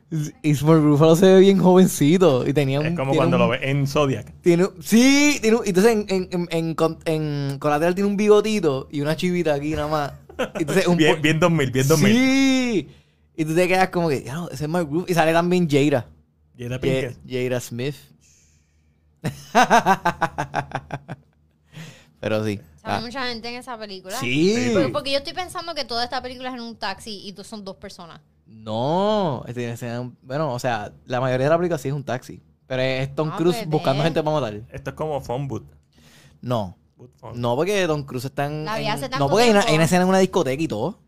y Mark Ruffalo se ve bien jovencito. Y tenía un.
Es como
tiene
cuando
un-
lo ves en Zodiac.
tiene un- sí, tiene un- entonces en, en, en, en con- en Collateral tiene un bigotito y una chivita aquí nada más. Entonces, un
Bien,
po-
bien 2000, bien 2000.
Sí. Y tú te quedas como que, "Ya no, ese es Mark Ruffalo. Y sale también Jada.
Y
Ye-
era Pinkett.
Jada Smith. Pero sí.
Sabe
Ah,
mucha gente en esa película.
sí.
Porque, porque yo estoy pensando que toda esta película es en un taxi y tú- son dos personas.
No. este, ese- Bueno, o sea, la mayoría de la película sí es un taxi. Pero es Tom
No,
Cruise
bebé.
buscando gente para matar.
Esto es como Phone Boot.
No.
Boot phone.
No, porque Tom Cruise está en.
La vi
en-
hace tanto
no, porque hay una,
tiempo.
hay una escena en una discoteca y todo.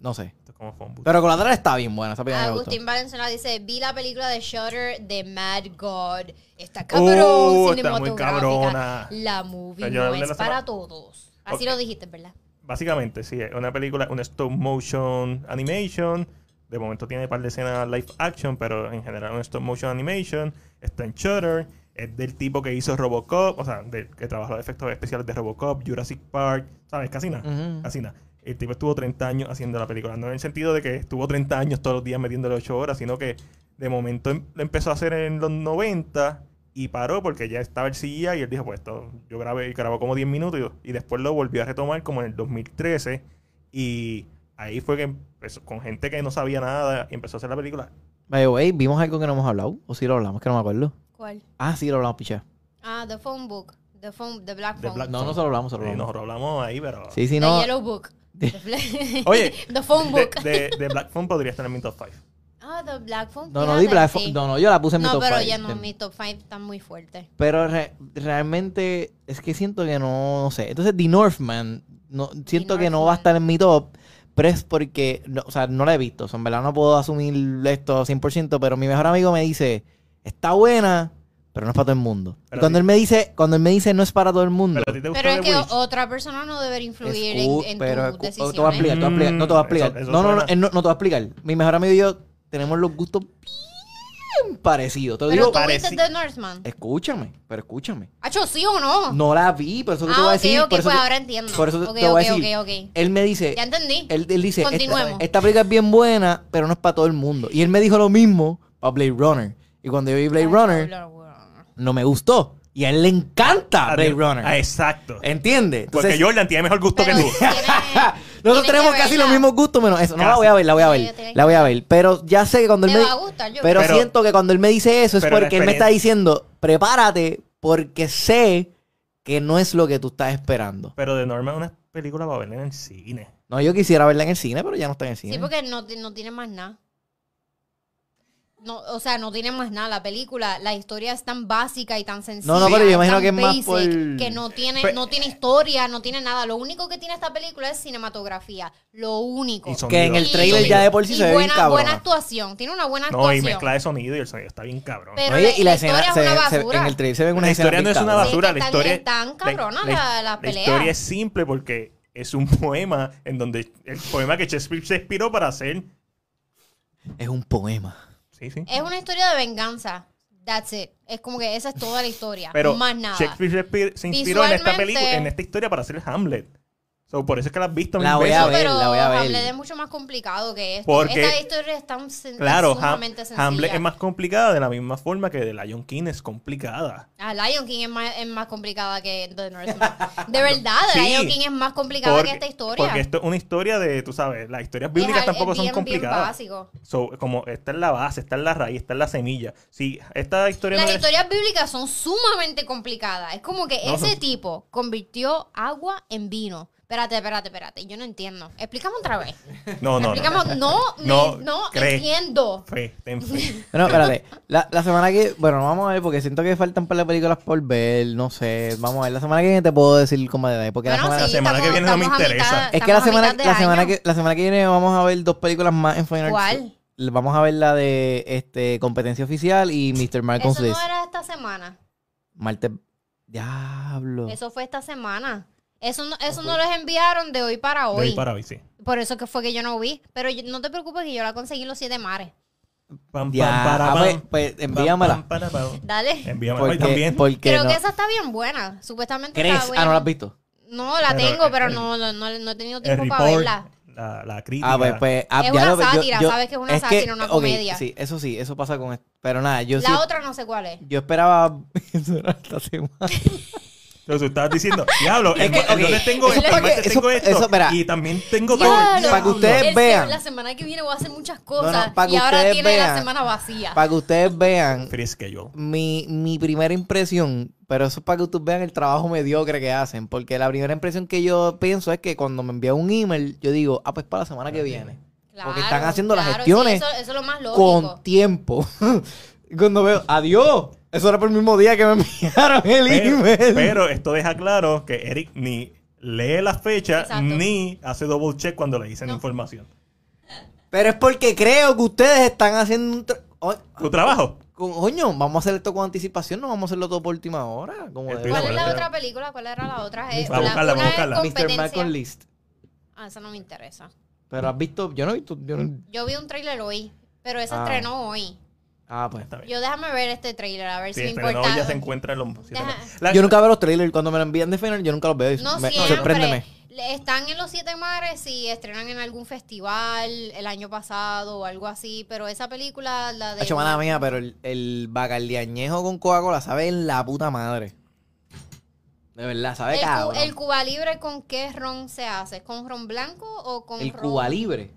No sé.
Esto es como Phone Boot.
Pero Colateral está bien buena. Esa película Pues, me gustó.
Agustín Valenzuela dice, vi la película de Shutter de Mad God. Está cabrón,
Uh,
Oh, está muy
cinematográfica.
cabrona.
La movie
Pero yo
no
hablé
es
la
para
semana-
todos. Así
Ok.
lo dijiste, ¿verdad?
Básicamente, sí, es una película, una stop motion animation. De momento tiene un par de escenas live action, pero en general una stop motion animation. Está en Shutter. Es del tipo que hizo Robocop, o sea, del que trabajó los efectos especiales de Robocop, Jurassic Park, ¿sabes? Casi nada.
Ujú.
Casi nada. El tipo estuvo 30 años haciendo la película. No en el sentido de que estuvo 30 años todos los días metiéndole 8 horas, sino que de momento em- lo empezó a hacer en los 90 y paró porque ya estaba el CGI y él dijo, pues esto, yo grabé y grabó como 10 minutos y, y después lo volvió a retomar como en el 2013 y ahí fue que empezó con gente que no sabía nada y empezó a hacer la película.
By the way, ¿vimos algo que no hemos hablado? ¿O sí lo hablamos? Que no me acuerdo.
¿Cuál?
Ah, sí lo hablamos, picha.
Ah, The Phone Book. The, phone, the Black
The
Phone.
Black-
No, no se lo hablamos, se lo
Y
hablamos.
Eh, nosotros hablamos ahí, pero...
Sí, sí,
The
no.
Yellow Book. The, fla-
Oye,
The Phone
de,
Book.
de- de Black Phone podría estar en mi top 5.
Ah, The Black Phone.
No, no,
fíjate,
di Black
sí.
Phone- no, no, yo la puse en mi
No,
top
pero
five. este-
ya no,
Ten-
mi top 5 está muy fuerte.
Pero re- realmente es que siento que no, no sé. Entonces, The Northman, no, siento que no va a
Northman.
estar en mi top, pero es porque, no, o sea, no la he visto. O sea, en verdad no puedo asumir esto 100%, pero mi mejor amigo me dice, está buena, pero no es para todo el mundo. Y
Pero
cuando
sí.
él me dice, cuando él me dice, no es para todo el mundo.
Pero a ti te gustó
Pero es
The
que
Wish?
otra persona no debería influir
Escu-
en, en
pero
tus
escu-
decisiones.
te voy a explicar, te voy a explicar, no te voy a explicar.
Mm, eso- eso
no, no, no,
suena.
eh, no, no te voy a explicar. Mi mejor amigo y yo tenemos los gustos bien parecidos. Te
pero
digo,
tú viste
pareci-
The Northman.
escúchame, pero escúchame.
¿Hacho sí o no?
No la vi, por eso que te
Oh. Ah,
voy a
ok,
decir.
ok,
por eso
pues
te-
ahora entiendo.
Por eso te-
Ok,
te voy a
ok,
decir. eh,
ok, ok.
Él me dice.
Ya entendí.
Él, él dice, esta,
Continuemos.
esta película es bien buena, pero no es para todo el mundo. Y él me dijo lo mismo para Blade Runner. Y cuando yo vi Blade
Ay,
Runner,
Blade Runner.
no me gustó. Y a él le encanta Blade Runner.
Ah, exacto.
¿Entiendes?
Porque
Entonces,
Jordan tiene mejor gusto que
Pero
tú.
tiene- tiene
Nosotros
que
tenemos casi
verla.
los mismos gustos menos eso. No la
Casi.
voy a ver, la voy a
Sí,
ver.
yo tenía que
La voy a ver. Pero ya sé que cuando él
Te
me.
va a gustar, yo
Pero
Pero-
siento que cuando él me dice eso es
pero la
porque él me está
experiencia-
diciendo, prepárate porque sé que no es lo que tú estás esperando.
Pero de norma es una película para verla en el cine.
No, yo quisiera verla en el cine, pero ya no está en el cine.
Sí, porque no, ti- no tiene más nada. No, o sea, no tiene más nada la película. La historia es tan básica y tan sencilla.
no, pero yo imagino
tan
que es más
basic,
por-
Que no tiene,
Pe-
no tiene historia, no tiene nada. Lo único que tiene esta película es cinematografía. Lo único.
Y son-
que en el
Y-
trailer ya de por sí
y
se ve bien
buena,
cabrón.
buena actuación. Tiene una buena
No, y
actuación.
mezcla de sonido y el sonido está bien cabrón.
Pero
Oye,
la-
y
la
la escena
historia es
se,
una
ve- se ve-
basura.
en el trailer se ven una
la
escena
historia no es
bien
una
cabrona.
Sí,
basura,
que
la
están-
historia
están cabronas
la,
la- las
La
peleas.
historia es simple porque es un poema en donde el poema que Shakespeare se inspiró para hacer.
Es un poema.
Sí, sí.
Es una historia de venganza. That's it. Es como que esa es toda la historia.
Pero
más nada.
Shakespeare, Shakespeare se inspiró en esta
Visualmente-
película, en esta historia para hacer Hamlet. So, por eso es que la has visto mil
La voy a
veces.
No,
ver,
pero
la voy a ver.
Hamlet es mucho más complicado que esto.
Porque-
Esta historia es tan sen-
Claro,
es
Ham-
sumamente sencilla.
Hamlet es más complicada de la misma forma que de Lion King es complicada.
Ah, Lion King es más, es más complicada que The Northman. De verdad,
Sí,
Lion King es más complicada que esta historia.
porque esto es una historia de, tú sabes, las historias
Es
bíblicas
al-
tampoco
es
son
bien, bien
complicadas.
básico.
So, como está en la base, está en la raíz, está en la semilla. Si esta historia
Las
no es-
historias bíblicas son sumamente complicadas. Es como que
No,
ese
son-
tipo convirtió agua en vino. Espérate, espérate, espérate. Yo no entiendo. Explícame otra vez.
No, no, no.
Explicamos, no, me- no,
No, cree.
entiendo.
Fe, ten fe.
No, espérate. La, la semana que. Bueno, vamos a ver porque siento que faltan para las películas por ver. No sé. Vamos a ver. La semana que viene te puedo decir cómo de Porque la
Bueno,
semana.
sí,
semana que
estamos-
viene no me
estamos a
interesa.
mitad-
Es que la
estamos a
semana,
mitad de
la, semana
año.
que, la semana que viene vamos a ver dos películas más en Final
¿Cuál?
Arts. Vamos a ver la de este, Competencia Oficial y Mr. Malcolm's
Eso
List.
no era esta semana.
Martes. Diablo.
Eso fue esta semana. Eso no, eso no los enviaron de hoy para
De
hoy.
hoy para hoy, sí.
Por eso que fue que yo no vi. Pero yo- no te preocupes que yo la conseguí en los siete mares.
Pam,
Ya,
pam, para,
ah,
pam.
pues- pues,
Pam,
envíamela.
pam, para, pam.
Dale.
Envíamela hoy
Porque,
también.
porque
Creo
no.
que esa está bien buena. Supuestamente
¿Crees?
está buena.
Ah, no la has visto.
No, la
Pero
tengo,
el-
pero
el-
no, no, no- no he tenido
eh, El
tiempo para
report,
verla.
la, la crítica.
Ah, pues, pues. ah,
Es
ya
una
lo- yo-
sátira,
yo-
sabes que es una sátira, una
ok,
comedia.
Sí, eso sí, eso pasa con. esto. Pero nada, yo
La
sí.
otra no sé cuál es.
Yo esperaba. eso era esta semana.
Lo que estabas diciendo, diablo,
Es
en-
que,
en
ok,
dónde tengo
eso
esto,
para
en dónde
que-
tengo
eso-
esto,
eso, espera.
y también tengo
Diablo.
para que ustedes
El se-
vean.
La semana que viene voy a hacer muchas cosas.
No, no, para
y
que
ahora
ustedes
tiene la
vean.
semana vacía.
Para que ustedes vean
Fresca yo.
mi, mi primera impresión, pero eso es para que ustedes vean el trabajo mediocre que hacen, porque la primera impresión que yo pienso es que cuando me envía un email, yo digo, ah, pues para la semana que viene. Porque están
Claro,
haciendo las
claro, sí,
gestiones
eso, eso es lo más lógico.
con tiempo. Y cuando veo, adiós, eso era por el mismo día que me enviaron el
Pero,
email.
pero esto deja claro que Eric ni lee la fecha
Exacto.
ni hace double check cuando le dicen información.
Pero es porque creo que ustedes están haciendo un... tra- oh, o-
Tu trabajo.
co- Coño, vamos a hacer esto con anticipación, no vamos a hacerlo todo por última hora. Como
El
de-
¿Cuál
Mira,
es la
pero-
otra película? ¿Cuál era la otra? Eh,
Va a buscarla,
una
va a buscarla.
Mr.
es
Malcolm
competencia.
List.
Ah, esa no me interesa.
Pero has visto, yo no he visto, yo no-
Yo vi un tráiler hoy, pero esa
Ah.
estrenó hoy.
Ah, pues.
Está bien.
Yo déjame ver este tráiler a ver
Sí,
si
este,
me
no,
importa.
ya se encuentra en los siete
Deja-
mares. La-
Yo nunca veo los trailers. Cuando me lo envían de final, yo nunca los veo. Y
no
me-
siempre.
Sorpréndeme.
Le- Están en los siete mares y estrenan en algún festival el año pasado o algo así, pero esa película, la de...
Hacho, mala mía, pero el, el Bacardi añejo con Coca-Cola sabe en la puta madre. De verdad, sabe
el, cu-
cabrón.
el Cuba Libre, ¿con qué ron se hace? ¿Con ron blanco o con
El
ron?
Cuba Libre.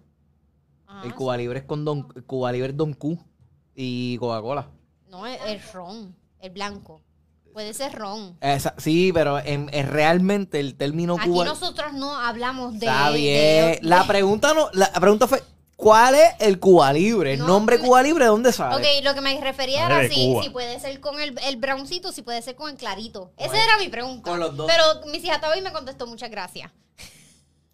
Ah,
El Cuba Libre es con Don... el Cuba Libre es Don Q y Coca-Cola.
No, el, el ron, el blanco. Puede ser ron.
Esa- sí, pero en- en realmente el término
Aquí
Cuba...
nosotros no hablamos de...
Está
de-
bien.
de-
la pregunta no, la pregunta fue ¿cuál es el Cuba Libre? El
No,
nombre
me-
Cuba Libre, ¿de dónde sale?
Ok, lo que me refería
Madre
era
de
si,
Cuba.
si puede ser con el, el browncito, si puede ser con el clarito. Esa era mi pregunta.
con los dos.
Pero mi hija estaba y me contestó muchas gracias.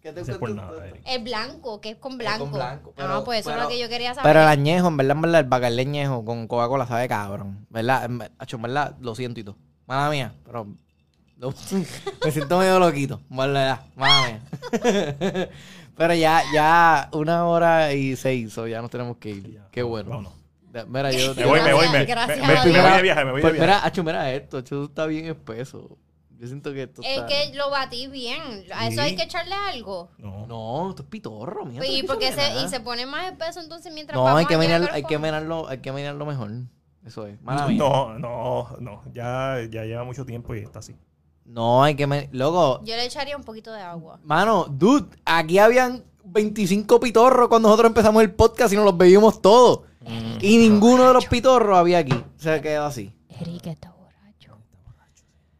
¿Qué te-
No sé por nada, Eric.
El blanco, que es con
Es
blanco.
con blanco,
ah,
pero-
pues eso es lo
pero-
que yo quería saber.
Pero el añejo, en verdad, en verdad, el bacalé añejo con Coca-Cola sabe cabrón. ¿Verdad? En ver- acho, en verdad, lo siento y todo. Mala mía, pero. lo- me siento medio loquito. Verdad, mala mía. pero ya, ya, una hora y se hizo, ya nos tenemos que ir. Qué bueno.
Vámonos.
De- Mira, yo.
Me voy, me voy, me,
Gracias,
me- me- me
gracias.
voy de viaje, me voy de
Pues
viaje.
mira, acho, mira esto. Acho, está bien espeso. Yo siento que esto
Es
está.
que lo batí bien. A
Sí.
eso hay que echarle algo.
No.
No, esto es pitorro, mira.
Y, porque se, y
dice
se pone más espeso entonces mientras
No,
vamos
hay que,
aquí a
mirar,
ver
hay que
cómo-
mirarlo, hay que mirarlo mejor. Eso es. Mala mía.
No, no, no. Ya, ya lleva mucho tiempo y está así.
No, hay que... Me... Loco,
Yo le echaría un poquito de agua.
mano, dude, aquí habían 25 pitorros cuando nosotros empezamos el podcast y nos los bebimos todos.
Mm.
Y ninguno de los pitorros había aquí. Se quedó así.
Enrique está borracho.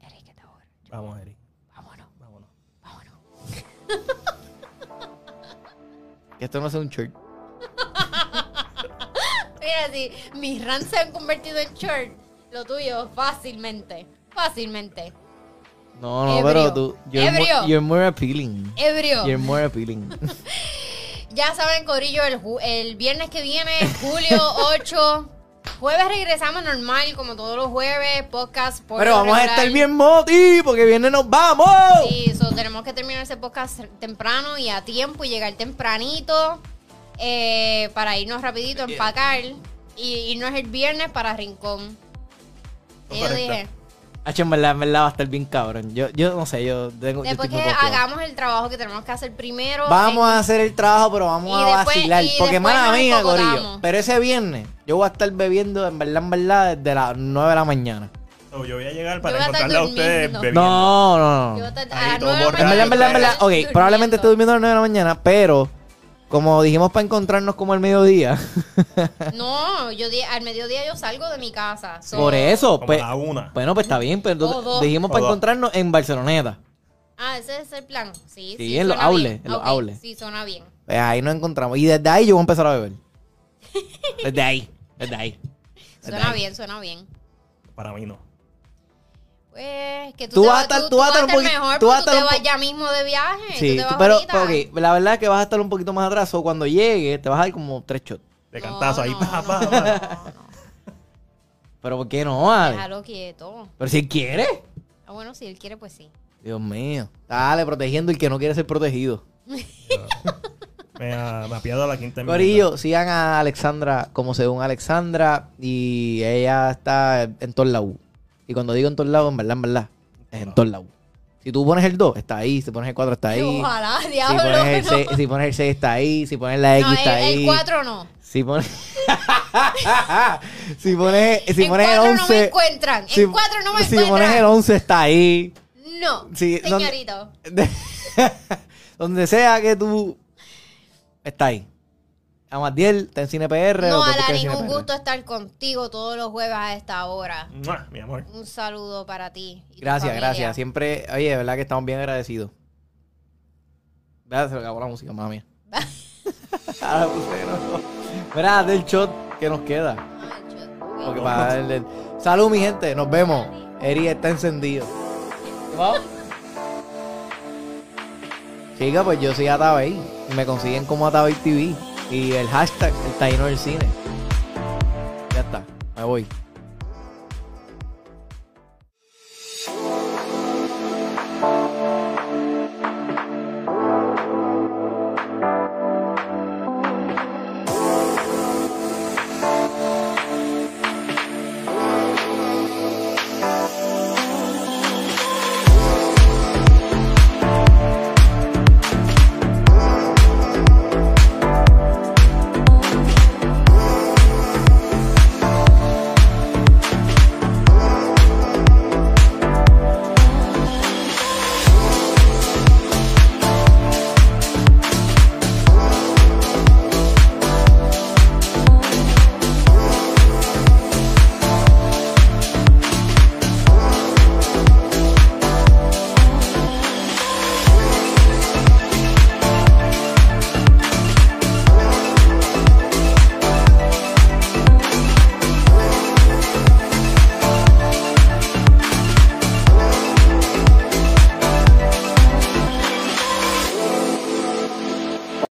Enrique está borracho.
Vamos, Eric.
Vámonos,
Vámonos.
vámonos.
Que esto no sea un shirt.
Mira, si mis rants se han convertido en short, lo tuyo fácilmente. Fácilmente.
No, no,
Ebrio.
pero tú... You're, mo-
Ebrio.
you're more appealing.
Ebrio.
You're more appealing.
Ya saben, Corillo, el, ju- el viernes que viene, julio 8. Jueves regresamos normal, como todos los jueves, podcast por
pero
lo
vamos a
regular.
estar bien moti porque viene nos vamos.
Sí, so, tenemos que terminar ese podcast temprano y a tiempo y llegar tempranito eh, para irnos rapidito, empacar y irnos el viernes para Rincón. Y Yo
Correcto.
dije,
Hacho, Ah, en verdad, en verdad va a estar bien cabrón. Yo, yo no sé, yo tengo... yo estoy
después
muy
que
confiado.
hagamos el trabajo que tenemos que hacer primero.
Vamos a hacer el trabajo, pero vamos
Y
a
después-
vacilar.
y
Porque
después
mala
nos
mía,
cocotamos.
Corillo. Pero ese viernes yo voy a estar bebiendo, en verdad, en verdad, desde las 9 de la mañana.
So, yo voy a llegar
Yo
para
voy a estar
encontrarla a ustedes
durmiendo.
bebiendo.
No, no,
Yo
no.
te-
Ahí
a
todo
nueve de la
En verdad, en verdad, en verdad. Ok,
Durmiendo.
probablemente esté durmiendo a las 9 de la mañana, pero como dijimos para encontrarnos como al mediodía.
No, yo di- al mediodía yo salgo de mi casa. so-
Por eso,
Como
pues.
a la una.
Bueno, pues está bien, pero
O dos.
entonces dijimos
O
para
dos.
encontrarnos en Barceloneta.
Ah, ese es el plan. Sí, sí.
Sí, en los
suena
outlets,
bien.
en los
Ok,
outlets.
Sí, suena bien.
Pues ahí nos encontramos. Y desde ahí yo voy a empezar a beber. Desde ahí, desde ahí. desde
Suena
ahí.
bien, suena bien.
Para mí no.
Pues que tú,
Tú
te
vas a
vas-
estar-
tú-
tú
tú
vas a
vas a
estar
estar
un poqui-
mejor,
tú
tú,
vas a
tú te
estar un
vas
po-
ya mismo de viaje.
Sí,
tú te vas
pero
ahorita.
ok, la verdad es que vas a estar un poquito más atrás o cuando llegue te vas a dar como tres shots.
De
No,
cantazo ahí.
no,
pa,
no,
pa,
no,
pa.
no, no.
Pero ¿por qué no, Ale?
Déjalo quieto.
Pero si él quiere.
Ah, bueno, si él quiere, pues sí.
Dios mío. Dale, protegiendo el que no quiere ser protegido.
Me ha, me ha pillado la quinta enmienda.
Corillo, sigan a Alexandra como según Alexandra y ella está en todos lados. Y cuando digo en todos lados, en verdad, en verdad, es en todos lados. Si tú pones el 2, está ahí. Si pones el 4, está ahí. pues,
Ojalá,
Si
diablo.
pones el
no.
6, si pones el 6 está ahí. Si pones la X,
No,
está
el,
ahí.
4 no.
Si pones... si pones, Eh, si
en
pones el
4
11...
no me encuentran.
Si-
en 4 no me
Si pones el
encuentran.
11 está ahí.
No,
Sí, ¿dónde-
señorito.
Donde sea que tú está ahí. Amadiel está en Cine PR.
No,
lo que tú
Alan,
quieras en
ningún
CinePR.
gusto estar contigo todos los jueves a esta hora.
Mua, Mi amor.
Un saludo para ti. y tu
Gracias,
familia.
gracias. Siempre, oye, de verdad que estamos bien agradecidos. Vea, se me acabó la música, mamá mía. Ahora la puse de nuevo. Mira, del shot que nos queda.
Ay, yo-
Porque para darle el- Salud, mi gente. Nos vemos. Eri está encendido. Chica, pues yo soy Atabey. Y me consiguen como Atabey TV. Y el hashtag, el taíno del cine. Ya está. Me voy.